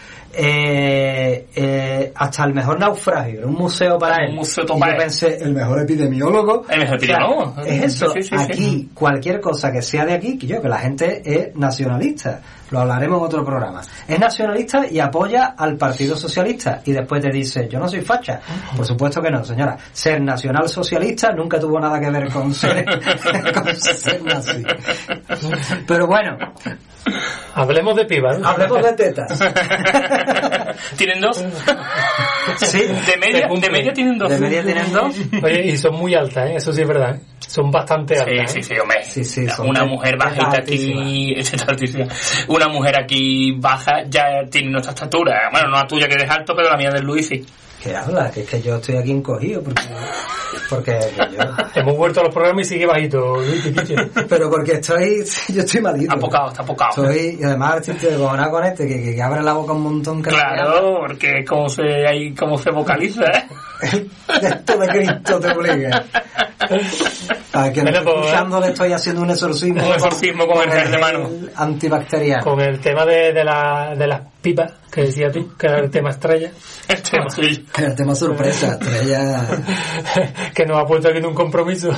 [SPEAKER 1] eh, eh, hasta el mejor naufragio, era un museo para
[SPEAKER 2] Un
[SPEAKER 1] él.
[SPEAKER 2] museo
[SPEAKER 1] Y yo
[SPEAKER 2] para él.
[SPEAKER 1] pensé, el mejor epidemiólogo.
[SPEAKER 2] El mejor
[SPEAKER 1] O sea,
[SPEAKER 2] epidemiólogo.
[SPEAKER 1] es eso,
[SPEAKER 2] Sí, sí, sí.
[SPEAKER 1] aquí cualquier cosa que sea de aquí, que yo, que la gente es nacionalista. Lo hablaremos en otro programa. Es nacionalista y apoya al Partido Socialista. Y después te dice, yo no soy facha. Por supuesto que no, señora. Ser nacional socialista nunca tuvo nada que ver con ser, con ser nazi. Pero bueno,
[SPEAKER 3] Hablemos de pibas. ¿no?
[SPEAKER 1] hablemos de tetas.
[SPEAKER 2] ¿Tienen dos?
[SPEAKER 1] Sí,
[SPEAKER 2] De media, de
[SPEAKER 3] cumplen.
[SPEAKER 2] media tienen dos.
[SPEAKER 1] de media tienen dos.
[SPEAKER 3] Oye, y son muy altas, ¿eh? eso sí es verdad. ¿eh? Son bastante
[SPEAKER 2] Sí,
[SPEAKER 3] altas.
[SPEAKER 2] sí,
[SPEAKER 3] ¿eh?
[SPEAKER 2] sí, hombre.
[SPEAKER 1] Sí, sí, son
[SPEAKER 2] una
[SPEAKER 1] tetas
[SPEAKER 2] mujer bajita aquí, está altísima. Una mujer aquí baja ya tiene nuestra estatura. Bueno, no la tuya que eres alto, pero la mía del Luis sí.
[SPEAKER 1] ¿Qué habla? Que es que yo estoy aquí encogido porque, porque yo-
[SPEAKER 3] Hemos vuelto a los programas y sigue bajito. Luis, Pipiche.
[SPEAKER 1] pero porque estoy, yo estoy malito.
[SPEAKER 2] Está apocado, está apocado.
[SPEAKER 1] Soy, y además estoy descojonado con este, que, que- que abre la boca un montón. Que
[SPEAKER 2] Claro, porque como se, ahí, como se vocaliza, ¿eh?
[SPEAKER 1] Esto de Cristo te obliga. Para que me
[SPEAKER 3] Bueno,
[SPEAKER 1] esté
[SPEAKER 3] pues,
[SPEAKER 1] escuchando le estoy haciendo un exorcismo.
[SPEAKER 2] Un exorcismo con pues, el gel de mano.
[SPEAKER 1] gel Antibacterial.
[SPEAKER 3] Con el tema de, de, la, de las pipas que decías tú, que era el tema estrella,
[SPEAKER 2] Este es suyo.
[SPEAKER 1] El tema sorpresa, estrella.
[SPEAKER 3] que nos ha puesto aquí en un compromiso.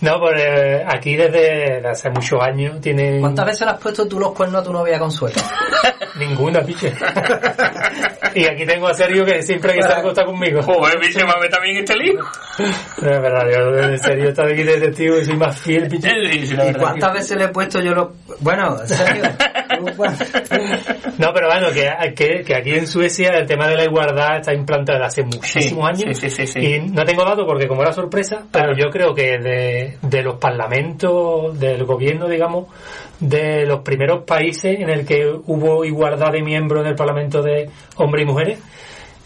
[SPEAKER 3] No, pues eh, aquí desde desde hace muchos años tienen...
[SPEAKER 1] ¿Cuántas veces le has puesto tú los cuernos a tu novia Consuelo?
[SPEAKER 3] Ninguna, piche. y aquí tengo a Sergio que siempre que se acosta conmigo.
[SPEAKER 2] Joder, bicho, mame también este lío.
[SPEAKER 3] No, es verdad, yo en serio estaba aquí de testigo y soy más fiel, piche.
[SPEAKER 2] Sí, sí, la
[SPEAKER 1] ¿Y
[SPEAKER 2] verdad
[SPEAKER 1] cuántas veces le he puesto yo los... Bueno, en serio. ¿tú cuántas-
[SPEAKER 3] No, pero bueno, que, que, que aquí en Suecia el tema de la igualdad está implantado hace muchísimos
[SPEAKER 2] Sí,
[SPEAKER 3] años.
[SPEAKER 2] sí, sí, sí, sí.
[SPEAKER 3] Y no tengo datos porque como era sorpresa, pero yo creo que de, de los parlamentos, del gobierno, digamos, de los primeros países en el que hubo igualdad de miembros en el parlamento de hombres y mujeres,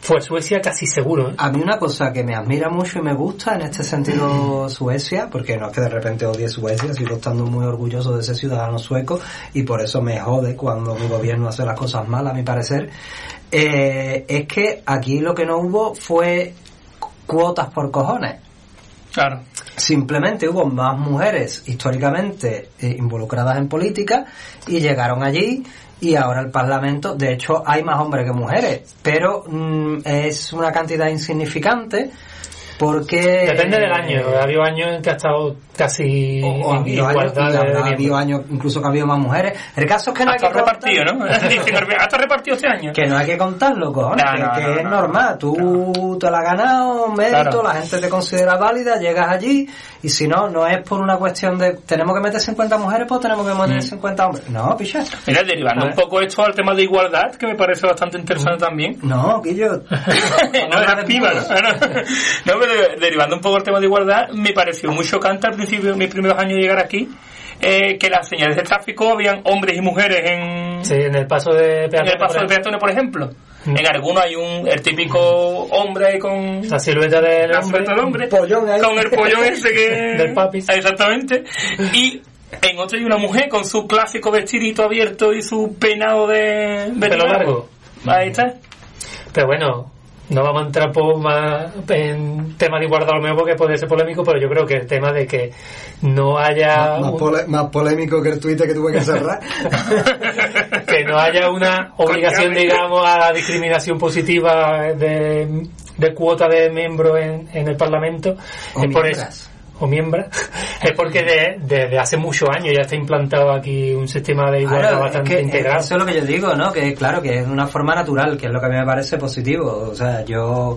[SPEAKER 3] fue Suecia casi seguro.
[SPEAKER 2] Ah,
[SPEAKER 3] ¿eh?
[SPEAKER 1] A mí una cosa que me admira mucho y me gusta en este sentido Suecia, porque no es que de repente odie Suecia, sigo estando muy orgulloso de ser ciudadano sueco y por eso me jode cuando mi gobierno hace las cosas mal, a mi parecer, eh, es que aquí lo que no hubo fue cuotas por cojones.
[SPEAKER 2] Claro.
[SPEAKER 1] Simplemente hubo más mujeres históricamente eh, involucradas en política y llegaron allí y ahora el Parlamento, de hecho, hay más hombres que mujeres, pero mm, es una cantidad insignificante
[SPEAKER 2] eh,
[SPEAKER 1] Porque... eh,
[SPEAKER 3] Depende del año. Ha habido años en que ha estado casi
[SPEAKER 1] O, o ha habido años,
[SPEAKER 3] igualdad.
[SPEAKER 1] y
[SPEAKER 3] de-
[SPEAKER 1] habrá
[SPEAKER 3] de
[SPEAKER 1] habido
[SPEAKER 3] miembros.
[SPEAKER 1] años incluso que ha habido más mujeres. El caso es que no hay
[SPEAKER 2] Hasta
[SPEAKER 1] que
[SPEAKER 2] repartido, ¿no? Dicen, Hasta repartido este año.
[SPEAKER 1] Que no hay que contarlo, cojones,
[SPEAKER 2] No,
[SPEAKER 1] que,
[SPEAKER 2] no,
[SPEAKER 1] que
[SPEAKER 2] no,
[SPEAKER 1] es
[SPEAKER 2] no,
[SPEAKER 1] normal. Tú te la has ganado, un mérito,
[SPEAKER 2] Claro.
[SPEAKER 1] la gente te considera válida, llegas allí, y si no, no es por una cuestión de tenemos que meter 50 mujeres, pues tenemos que meter
[SPEAKER 2] Mm.
[SPEAKER 1] 50 hombres. No, picha.
[SPEAKER 2] Mira, derivando
[SPEAKER 1] A
[SPEAKER 2] un
[SPEAKER 1] ver.
[SPEAKER 2] poco esto al tema de igualdad, que me parece bastante interesante también.
[SPEAKER 1] No, Guillo.
[SPEAKER 2] no era piba, ¿no? No, pero derivando un poco el tema de igualdad, me pareció muy chocante al principio, mis primeros años de llegar aquí, eh, que las señales de tráfico habían hombres y mujeres en,
[SPEAKER 3] Sí, en el paso de
[SPEAKER 2] en el
[SPEAKER 3] peatones,
[SPEAKER 2] paso
[SPEAKER 3] por
[SPEAKER 2] de
[SPEAKER 3] ejemplo,
[SPEAKER 2] peatones, por ejemplo.
[SPEAKER 3] Mm.
[SPEAKER 2] En alguno hay un el típico hombre ahí con
[SPEAKER 3] La silueta del
[SPEAKER 2] la
[SPEAKER 3] hombre.
[SPEAKER 2] silueta del hombre,
[SPEAKER 1] Pollón ahí.
[SPEAKER 2] con el pollón ese que...
[SPEAKER 3] Del papis.
[SPEAKER 2] Exactamente. Y... En otro hay una mujer con su clásico vestidito abierto y su peinado de... de
[SPEAKER 3] Pelo
[SPEAKER 2] limón.
[SPEAKER 3] largo.
[SPEAKER 2] Ahí está.
[SPEAKER 3] Pero bueno, no vamos a entrar por más en tema de igualdad a lo mejor porque puede ser polémico, pero yo creo que el tema de que no haya
[SPEAKER 4] Más,
[SPEAKER 3] un-
[SPEAKER 4] pole- más polémico que el Twitter que tuve que cerrar.
[SPEAKER 3] que no haya una obligación,
[SPEAKER 2] Coño,
[SPEAKER 3] digamos, a la discriminación positiva de, de cuota de miembros en, en el Parlamento.
[SPEAKER 1] O
[SPEAKER 3] es por
[SPEAKER 1] miembras.
[SPEAKER 3] eso. O miembros. Es porque de- desde hace muchos años ya está implantado aquí un sistema de igualdad
[SPEAKER 1] Claro, es
[SPEAKER 3] bastante
[SPEAKER 1] que, eh,
[SPEAKER 3] integrado.
[SPEAKER 1] Eso es lo que yo digo, ¿no? Que claro, que es una forma natural, que es lo que a mí me parece positivo. O sea, yo,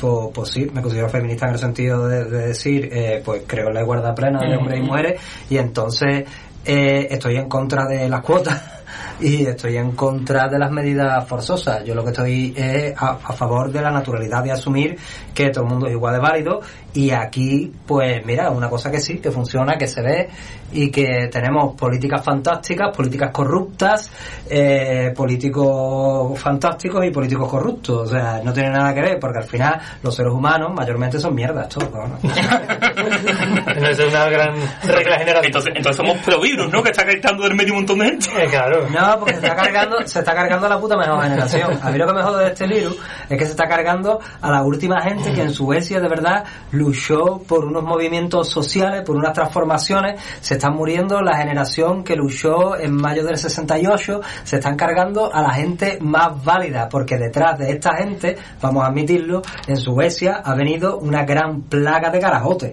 [SPEAKER 1] pues, pues sí, me considero feminista en el sentido de, de decir, eh, pues creo en la igualdad plena de hombres y mujeres, y entonces eh, estoy en contra de las cuotas. Y estoy en contra de las medidas forzosas. Yo lo que estoy es a, a favor de la naturalidad de asumir que todo el mundo es igual de válido. Y aquí, pues mira, es una cosa que sí, que funciona, que se ve y que tenemos políticas fantásticas, políticas corruptas, eh, políticos fantásticos y políticos corruptos. O sea, no tiene nada que ver porque al final los seres humanos mayormente son mierdas todos. ¿no?
[SPEAKER 3] Entonces, es una gran regla general.
[SPEAKER 2] Entonces, entonces somos pro virus, ¿no? Que está gritando del medio un montón de gente.
[SPEAKER 3] Eh, claro.
[SPEAKER 1] No, porque se está cargando, se está cargando a la puta mejor generación. A mí lo que me jode de este virus es que se está cargando a la última gente que en Suecia de verdad luchó por unos movimientos sociales, por unas transformaciones. Se está muriendo la generación que luchó en mayo del 68. Se están cargando a la gente más válida, porque detrás de esta gente, vamos a admitirlo, en Suecia ha venido una gran plaga de carajotes.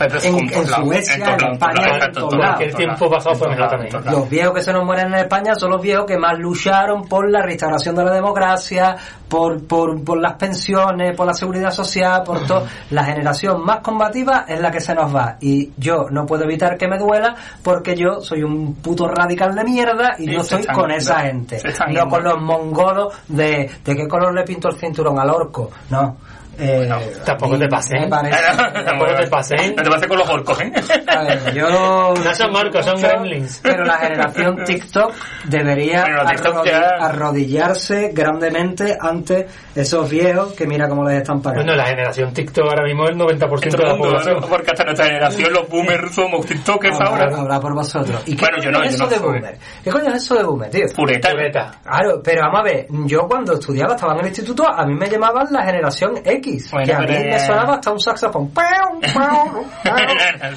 [SPEAKER 1] En- en Suecia, en España, en todos lados.
[SPEAKER 3] Aquel tiempo pasado fue mejor también.
[SPEAKER 1] Los viejos que se nos mueren en España son los viejos que más lucharon por la restauración de la democracia, por, por, por las pensiones, por la seguridad social, por todo. La generación más combativa es la que se nos va. Y yo no puedo evitar que me duela porque yo soy un puto radical de mierda y
[SPEAKER 2] Sí,
[SPEAKER 1] no
[SPEAKER 2] se
[SPEAKER 1] estoy
[SPEAKER 2] están
[SPEAKER 1] con
[SPEAKER 2] yendo.
[SPEAKER 1] esa gente.
[SPEAKER 2] Se están
[SPEAKER 1] No
[SPEAKER 2] yendo.
[SPEAKER 1] con los mongolos de, de qué color le pinto el cinturón al orco. No. Eh,
[SPEAKER 3] tampoco te pases.
[SPEAKER 1] me parece-
[SPEAKER 3] Tampoco te pases, ¿eh?
[SPEAKER 2] No te pases con los orcos, ¿eh?
[SPEAKER 1] A ver, yo...
[SPEAKER 3] No son marcos, son gremlins.
[SPEAKER 1] Pero la generación TikTok debería
[SPEAKER 2] Pero la TikTok
[SPEAKER 1] arrodi-
[SPEAKER 2] ya-
[SPEAKER 1] arrodillarse grandemente ante esos viejos que mira cómo les están pagando.
[SPEAKER 3] Bueno, la generación TikTok ahora mismo es el 90%
[SPEAKER 2] Todo
[SPEAKER 3] de
[SPEAKER 2] el
[SPEAKER 3] la
[SPEAKER 2] mundo,
[SPEAKER 3] población.
[SPEAKER 2] ¿no? Porque hasta nuestra generación, los boomers, somos tiktokers
[SPEAKER 1] Habla-
[SPEAKER 2] ahora.
[SPEAKER 1] habla por vosotros. ¿Y qué
[SPEAKER 2] Bueno, yo
[SPEAKER 1] coño
[SPEAKER 2] no,
[SPEAKER 1] es
[SPEAKER 2] yo
[SPEAKER 1] eso
[SPEAKER 2] no
[SPEAKER 1] de
[SPEAKER 2] soy.
[SPEAKER 1] boomer? ¿Qué coño es eso de boomer, tío?
[SPEAKER 2] Pureta.
[SPEAKER 3] Pureta.
[SPEAKER 1] Claro, pero vamos a ver, yo cuando estudiaba, estaba en el instituto, a mí me llamaban la generación X,
[SPEAKER 2] Bueno,
[SPEAKER 1] que a mí
[SPEAKER 2] pero-
[SPEAKER 1] me sonaba hasta un saxofón, ¡Pau, pau, pau!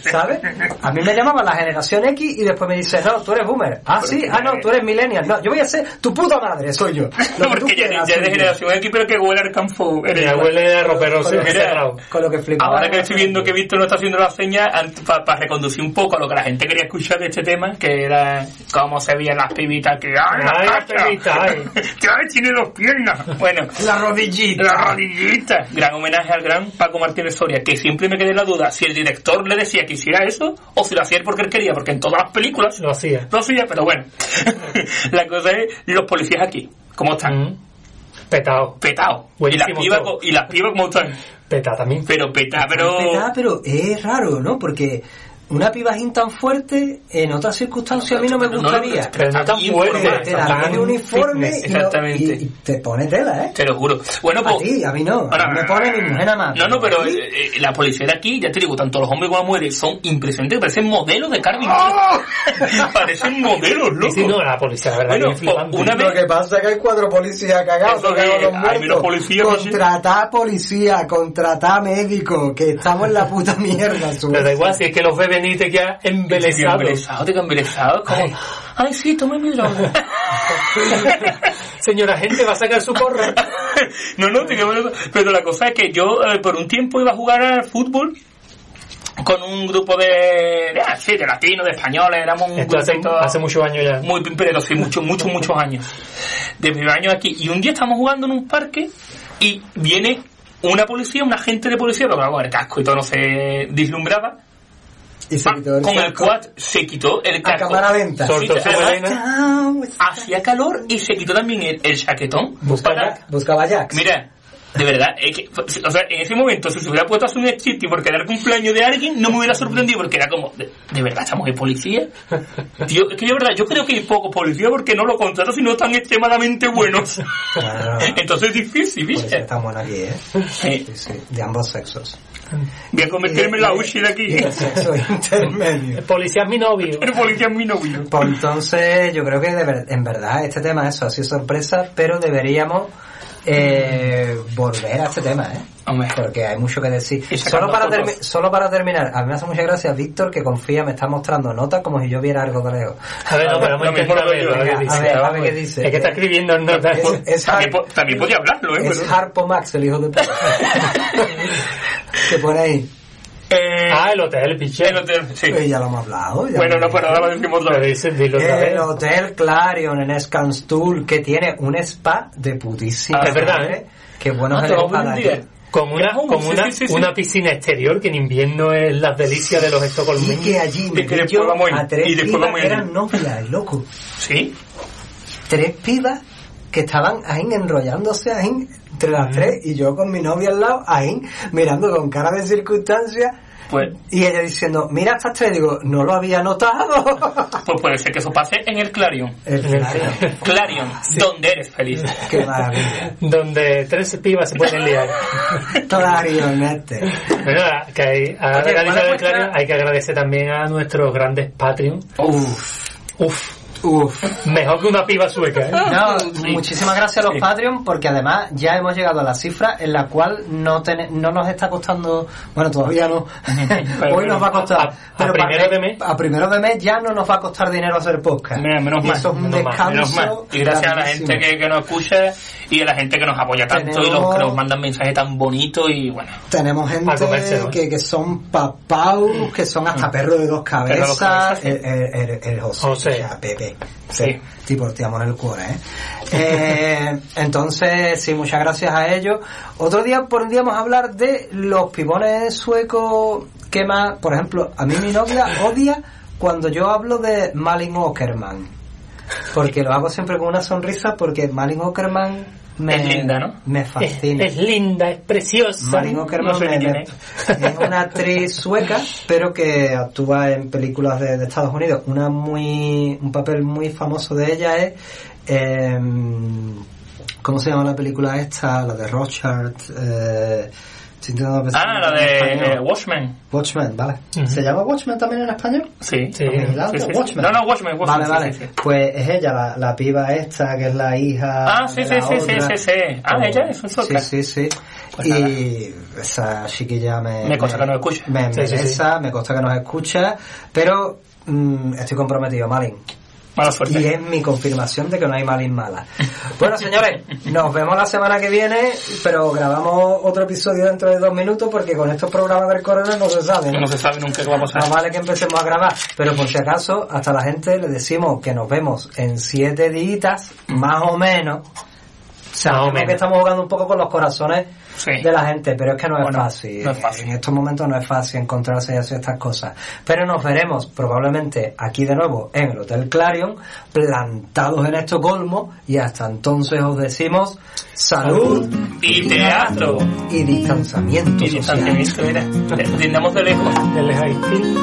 [SPEAKER 1] ¿sabes? A mí me llamaban la generación X y después me dice, no, tú eres boomer, ah, sí, ah, no, tú eres millennial, no, yo voy a ser tu puta madre, soy yo. Lo que tú
[SPEAKER 2] Porque ya,
[SPEAKER 1] quieras,
[SPEAKER 2] ya
[SPEAKER 1] soy
[SPEAKER 2] es de
[SPEAKER 1] yo.
[SPEAKER 2] generación X, pero que huele al campo.
[SPEAKER 3] Mi
[SPEAKER 2] Eres-
[SPEAKER 3] abuela era ropero
[SPEAKER 1] Con lo que-
[SPEAKER 3] cerrado.
[SPEAKER 1] Con lo que flipaba.
[SPEAKER 2] Ahora que estoy viendo que Víctor no está haciendo la seña, para reconducir un poco a lo que la gente quería escuchar de este tema, que era cómo se veían las pibitas que... ¡Ay,
[SPEAKER 3] Ay, las
[SPEAKER 2] cacha!
[SPEAKER 3] pibitas, ay.
[SPEAKER 2] ¡Te ay, tiene dos piernas! Bueno...
[SPEAKER 1] La rodillita.
[SPEAKER 2] La rodillita. Gran homenaje al gran Paco Martínez Soria, que siempre me quedé en la duda si el director le decía que hiciera eso o si lo hacía él porque él quería, porque en todas las películas
[SPEAKER 3] Lo hacía.
[SPEAKER 2] lo hacía, pero bueno. la cosa es los policías aquí, ¿cómo están?
[SPEAKER 3] Mm. Petado.
[SPEAKER 2] Petao. Y las,
[SPEAKER 3] Buenísimo
[SPEAKER 2] pibas,
[SPEAKER 3] todo.
[SPEAKER 2] co- y las pibas, ¿cómo están?
[SPEAKER 3] Petado también.
[SPEAKER 2] Pero peta, pero...
[SPEAKER 1] Petá, pero es raro, ¿no? Porque una pibajín tan fuerte, en otras circunstancias a mí no me
[SPEAKER 2] No, no,
[SPEAKER 1] gustaría.
[SPEAKER 2] no,
[SPEAKER 3] Pero no tan
[SPEAKER 2] Bien
[SPEAKER 3] fuerte.
[SPEAKER 2] formado.
[SPEAKER 1] te la
[SPEAKER 3] tan
[SPEAKER 1] pone uniforme
[SPEAKER 3] fitness,
[SPEAKER 1] y, no-
[SPEAKER 2] exactamente.
[SPEAKER 1] y- y te pone tela, ¿eh?
[SPEAKER 2] Te lo juro. Bueno, pues...
[SPEAKER 1] A ti, a mí no. A mí me pone mi mujer nada más.
[SPEAKER 2] No, no, pero
[SPEAKER 1] A ti,
[SPEAKER 2] eh, eh, la policía de aquí, ya te digo, tanto los hombres como las mujeres son impresionantes, parecen modelos de Carmen. parecen modelos,
[SPEAKER 3] Y
[SPEAKER 2] loco.
[SPEAKER 3] si ¡Ah! no, la policía, la verdad,
[SPEAKER 2] Bueno,
[SPEAKER 3] que es flipante.
[SPEAKER 2] una vez-
[SPEAKER 4] Lo que pasa es que hay cuatro policías cagados.
[SPEAKER 2] Eso
[SPEAKER 4] cagados
[SPEAKER 2] que-
[SPEAKER 4] los
[SPEAKER 2] ay,
[SPEAKER 4] muertos.
[SPEAKER 2] mira, policía,
[SPEAKER 1] Contratá policía, contratá médico, que estamos en la puta mierda. su-
[SPEAKER 3] Pero da igual, si es que los ve venir te queda embelesado.
[SPEAKER 2] Embelesado, te quedan embelesados, como, ay, sí, tome mi droga.
[SPEAKER 3] señora gente va a sacar su porra.
[SPEAKER 2] no, no, digo, bueno, pero la cosa es que yo eh, por un tiempo iba a jugar al fútbol con un grupo de, de, ah, sí, de latinos, de españoles, éramos un
[SPEAKER 3] Esto hace,
[SPEAKER 2] grupito-
[SPEAKER 3] hace muchos años ya.
[SPEAKER 2] muy pero sí, muchos, muchos, muchos años. De primer año aquí. Y un día estamos jugando en un parque y viene una policía, un agente de policía, pero claro, con el casco y todo no se vislumbraba.
[SPEAKER 4] Y se
[SPEAKER 2] pa,
[SPEAKER 4] quitó el
[SPEAKER 2] con el
[SPEAKER 4] casco
[SPEAKER 2] quad se quitó el
[SPEAKER 4] a
[SPEAKER 2] casco.
[SPEAKER 4] cámara lenta.
[SPEAKER 2] Sol-
[SPEAKER 3] Sorto
[SPEAKER 2] Sí,
[SPEAKER 3] su
[SPEAKER 2] además-
[SPEAKER 3] melena.
[SPEAKER 2] Hacía calor y se quitó también el, el chaquetón.
[SPEAKER 1] Buscaba
[SPEAKER 2] Para-
[SPEAKER 1] Jack, buscaba Jack.
[SPEAKER 2] Mira, de verdad, es que, o sea, en ese momento, si se hubiera puesto a hacer un chiste porque era el cumpleaños de alguien, no me hubiera sorprendido porque era como, de, de verdad, estamos de policía. Tío, es que de verdad, yo creo que hay pocos policías porque no lo contratan si no están extremadamente buenos.
[SPEAKER 1] Claro.
[SPEAKER 2] Entonces es difícil,
[SPEAKER 1] Pues
[SPEAKER 2] ¿viste?
[SPEAKER 1] estamos aquí, ¿eh?
[SPEAKER 2] Eh,
[SPEAKER 1] Sí, sí, de ambos sexos.
[SPEAKER 2] voy a convertirme en la UCI de aquí.
[SPEAKER 1] De sexo intermedio.
[SPEAKER 3] El policía es mi novio.
[SPEAKER 2] El policía es mi novio.
[SPEAKER 1] Pues entonces, yo creo que de ver- en verdad este tema, eso ha sido sorpresa, pero deberíamos eh, volver a este tema, ¿eh?
[SPEAKER 2] Hombre.
[SPEAKER 1] Porque hay mucho que decir.
[SPEAKER 2] Y
[SPEAKER 1] Solo
[SPEAKER 2] sacando
[SPEAKER 1] para,
[SPEAKER 2] fotos.
[SPEAKER 1] termi- solo para terminar, a mí me hace mucha gracia Víctor que confía, me está mostrando notas como si yo viera algo de lejos.
[SPEAKER 3] A ver, no, pero vamos
[SPEAKER 2] Lo
[SPEAKER 3] a
[SPEAKER 2] mismo
[SPEAKER 3] intentar
[SPEAKER 2] lo veo
[SPEAKER 3] verlo,
[SPEAKER 2] yo.
[SPEAKER 3] a ver
[SPEAKER 1] Venga,
[SPEAKER 3] qué
[SPEAKER 1] a
[SPEAKER 3] dice.
[SPEAKER 1] ver, a ver
[SPEAKER 3] vamos.
[SPEAKER 1] qué dice.
[SPEAKER 3] Es que está escribiendo en notas.
[SPEAKER 1] Es, es,
[SPEAKER 2] Pues,
[SPEAKER 1] Har-
[SPEAKER 2] También, po- también podía hablarlo, ¿eh?
[SPEAKER 1] es
[SPEAKER 2] Pero-
[SPEAKER 1] Harpo Max, el hijo de puta. que pone ahí.
[SPEAKER 2] Eh,
[SPEAKER 3] Ah, el hotel, piche.
[SPEAKER 2] el hotel, sí.
[SPEAKER 1] Eh, ya lo hemos hablado. ya
[SPEAKER 2] Bueno,
[SPEAKER 1] lo-
[SPEAKER 2] no, pues, pero ahora lo decimos otra
[SPEAKER 3] Lo
[SPEAKER 2] vez.
[SPEAKER 3] dice, dilo otra
[SPEAKER 1] El
[SPEAKER 3] vez.
[SPEAKER 1] Hotel Clarion en Scanstool, que tiene un spa de putísima.
[SPEAKER 3] Ah, es verdad,
[SPEAKER 1] madre.
[SPEAKER 3] ¿eh?
[SPEAKER 1] Qué bueno
[SPEAKER 2] No,
[SPEAKER 1] que
[SPEAKER 2] Ah, te
[SPEAKER 1] le
[SPEAKER 2] lo
[SPEAKER 1] va a
[SPEAKER 2] voy a
[SPEAKER 1] dar.
[SPEAKER 2] decir.
[SPEAKER 3] Con una,
[SPEAKER 2] Yahoo,
[SPEAKER 3] con
[SPEAKER 2] sí,
[SPEAKER 3] una,
[SPEAKER 2] sí, sí, sí.
[SPEAKER 3] una piscina exterior que en invierno es las delicias de los
[SPEAKER 1] Y que
[SPEAKER 3] estocolmeños.
[SPEAKER 1] allí
[SPEAKER 2] Mm. Y
[SPEAKER 1] me
[SPEAKER 2] que
[SPEAKER 1] vi
[SPEAKER 2] después
[SPEAKER 1] yo
[SPEAKER 2] vamos a ir.
[SPEAKER 1] a tres
[SPEAKER 2] Y después
[SPEAKER 1] pibas
[SPEAKER 2] vamos a
[SPEAKER 1] que
[SPEAKER 2] ir.
[SPEAKER 1] eran novias, loco.
[SPEAKER 2] Sí.
[SPEAKER 1] Tres pibas que estaban ahí enrollándose ahí entre
[SPEAKER 2] Mm.
[SPEAKER 1] las tres y yo con mi novia al lado ahí mirando con cara de circunstancia
[SPEAKER 2] Pues,
[SPEAKER 1] y ella diciendo, mira estas tres, digo, no lo había notado.
[SPEAKER 2] pues puede ser que eso pase en el Clarion.
[SPEAKER 1] El
[SPEAKER 3] En el-
[SPEAKER 1] Clarion.
[SPEAKER 2] Clarion,
[SPEAKER 1] Ah,
[SPEAKER 2] donde eres feliz.
[SPEAKER 1] Qué maravilla.
[SPEAKER 3] Donde tres pibas se pueden liar.
[SPEAKER 1] Clarion este.
[SPEAKER 3] Bueno, a- que hay, a
[SPEAKER 2] Oye, pues
[SPEAKER 3] realizar
[SPEAKER 2] ¿cuál es
[SPEAKER 3] el
[SPEAKER 2] vuestra-
[SPEAKER 3] Clarion, hay que agradecer también a nuestros grandes Patreon.
[SPEAKER 1] Uf,
[SPEAKER 3] Uf,
[SPEAKER 1] uf.
[SPEAKER 3] mejor que una piba sueca, ¿eh?
[SPEAKER 1] No,
[SPEAKER 2] Sí.
[SPEAKER 1] muchísimas gracias a los
[SPEAKER 2] Sí.
[SPEAKER 1] Patreon porque además ya hemos llegado a la cifra en la cual no tene- no nos está costando, bueno, todavía no. Hoy
[SPEAKER 2] pero
[SPEAKER 1] nos va a costar.
[SPEAKER 3] a- a primero
[SPEAKER 1] para-
[SPEAKER 3] de mes.
[SPEAKER 1] A primero de mes ya no nos va a costar dinero hacer podcast.
[SPEAKER 2] Mira, menos
[SPEAKER 1] Y
[SPEAKER 2] mal,
[SPEAKER 1] Eso es un
[SPEAKER 3] menos mal,
[SPEAKER 1] descanso.
[SPEAKER 2] Menos mal. Y gracias a la
[SPEAKER 1] grandísimo.
[SPEAKER 2] gente que, que nos escucha y a la gente que nos apoya tanto y los que nos mandan mensajes tan bonitos y bueno.
[SPEAKER 1] Tenemos gente
[SPEAKER 3] Para comérselo, ¿eh?
[SPEAKER 1] que, que son papaus, que son hasta perros de dos
[SPEAKER 2] Mm. de
[SPEAKER 1] cabezas.
[SPEAKER 2] dos cabezas, sí.
[SPEAKER 1] El, el, el- el José,
[SPEAKER 3] José.
[SPEAKER 1] o sea, Pepe.
[SPEAKER 2] Sí.
[SPEAKER 1] Sí. Tipo, te amo en el cuore, ¿eh? Eh, Entonces, sí, muchas gracias a ellos. Otro día podríamos hablar de los pibones suecos que más... Por ejemplo, a mí mi novia odia cuando yo hablo de Malin Åkerman. Porque lo hago siempre con una sonrisa porque Malin Åkerman me,
[SPEAKER 2] Es linda, ¿no?
[SPEAKER 1] me
[SPEAKER 3] Es,
[SPEAKER 1] fascina.
[SPEAKER 3] es linda, es preciosa.
[SPEAKER 1] Marin Åkerman
[SPEAKER 2] no sé ni
[SPEAKER 1] me-
[SPEAKER 2] quién
[SPEAKER 1] me-
[SPEAKER 2] es.
[SPEAKER 1] es una actriz sueca, pero que actúa en películas de, de Estados Unidos. Una muy, un papel muy famoso de ella es, eh, ¿cómo se llama la película esta? La de Rothschild. Eh, estoy intentando pensar
[SPEAKER 2] Ah,
[SPEAKER 1] en
[SPEAKER 2] la de eh,
[SPEAKER 1] español.
[SPEAKER 2] Watchmen.
[SPEAKER 1] Watchmen, vale.
[SPEAKER 3] Ujú.
[SPEAKER 1] ¿Se llama Watchmen también en español?
[SPEAKER 2] Sí.
[SPEAKER 3] Sí.
[SPEAKER 1] ¿Verdad?
[SPEAKER 2] sí, sí.
[SPEAKER 1] Watchmen.
[SPEAKER 2] No, no, Watchmen, Watchmen,
[SPEAKER 1] Vale,
[SPEAKER 2] sí,
[SPEAKER 1] vale.
[SPEAKER 2] sí, sí.
[SPEAKER 1] Pues es ella, la, la piba esta, que es la hija.
[SPEAKER 2] Ah,
[SPEAKER 1] de
[SPEAKER 2] sí, sí,
[SPEAKER 1] la
[SPEAKER 2] sí, sí,
[SPEAKER 1] otra.
[SPEAKER 2] sí, sí. Ah, ella es un
[SPEAKER 1] Sí,
[SPEAKER 2] sueca.
[SPEAKER 1] sí, sí.
[SPEAKER 2] Pues
[SPEAKER 1] y esa chiquilla me.
[SPEAKER 2] Me consta que nos escucha.
[SPEAKER 1] Me
[SPEAKER 3] Sí, sí,
[SPEAKER 1] interesa, me consta que nos escucha, pero mm, estoy comprometido, Malin.
[SPEAKER 2] Mala
[SPEAKER 1] Y
[SPEAKER 2] suerte.
[SPEAKER 1] es mi confirmación de que no hay Malin mala. Bueno, señores, nos vemos la semana que viene, pero grabamos otro episodio dentro de dos minutos porque con estos programas del corona no se sabe. ¿no?
[SPEAKER 2] No se sabe nunca qué va a pasar.
[SPEAKER 1] Más vale que empecemos a grabar, pero por si acaso, hasta la gente le decimos que nos vemos en siete días, más o menos. Sabemos
[SPEAKER 3] menos.
[SPEAKER 1] que estamos jugando un poco con los corazones
[SPEAKER 2] Sí.
[SPEAKER 1] de la gente, pero es que no es,
[SPEAKER 2] Bueno,
[SPEAKER 1] fácil.
[SPEAKER 2] no es fácil.
[SPEAKER 1] En estos momentos no es fácil encontrarse y hacer estas cosas. Pero nos veremos probablemente aquí de nuevo en el Hotel Clarion, plantados en Estocolmo, y hasta entonces os decimos salud
[SPEAKER 2] Y teatro.
[SPEAKER 1] y distanciamiento
[SPEAKER 2] Y
[SPEAKER 1] social.
[SPEAKER 2] distanciamiento, mira. Brindamos de lejos.
[SPEAKER 3] Del Haití.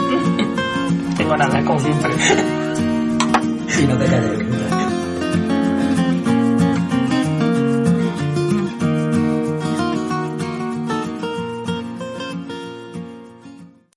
[SPEAKER 2] Tengo nada, como siempre.
[SPEAKER 1] Y no te calles.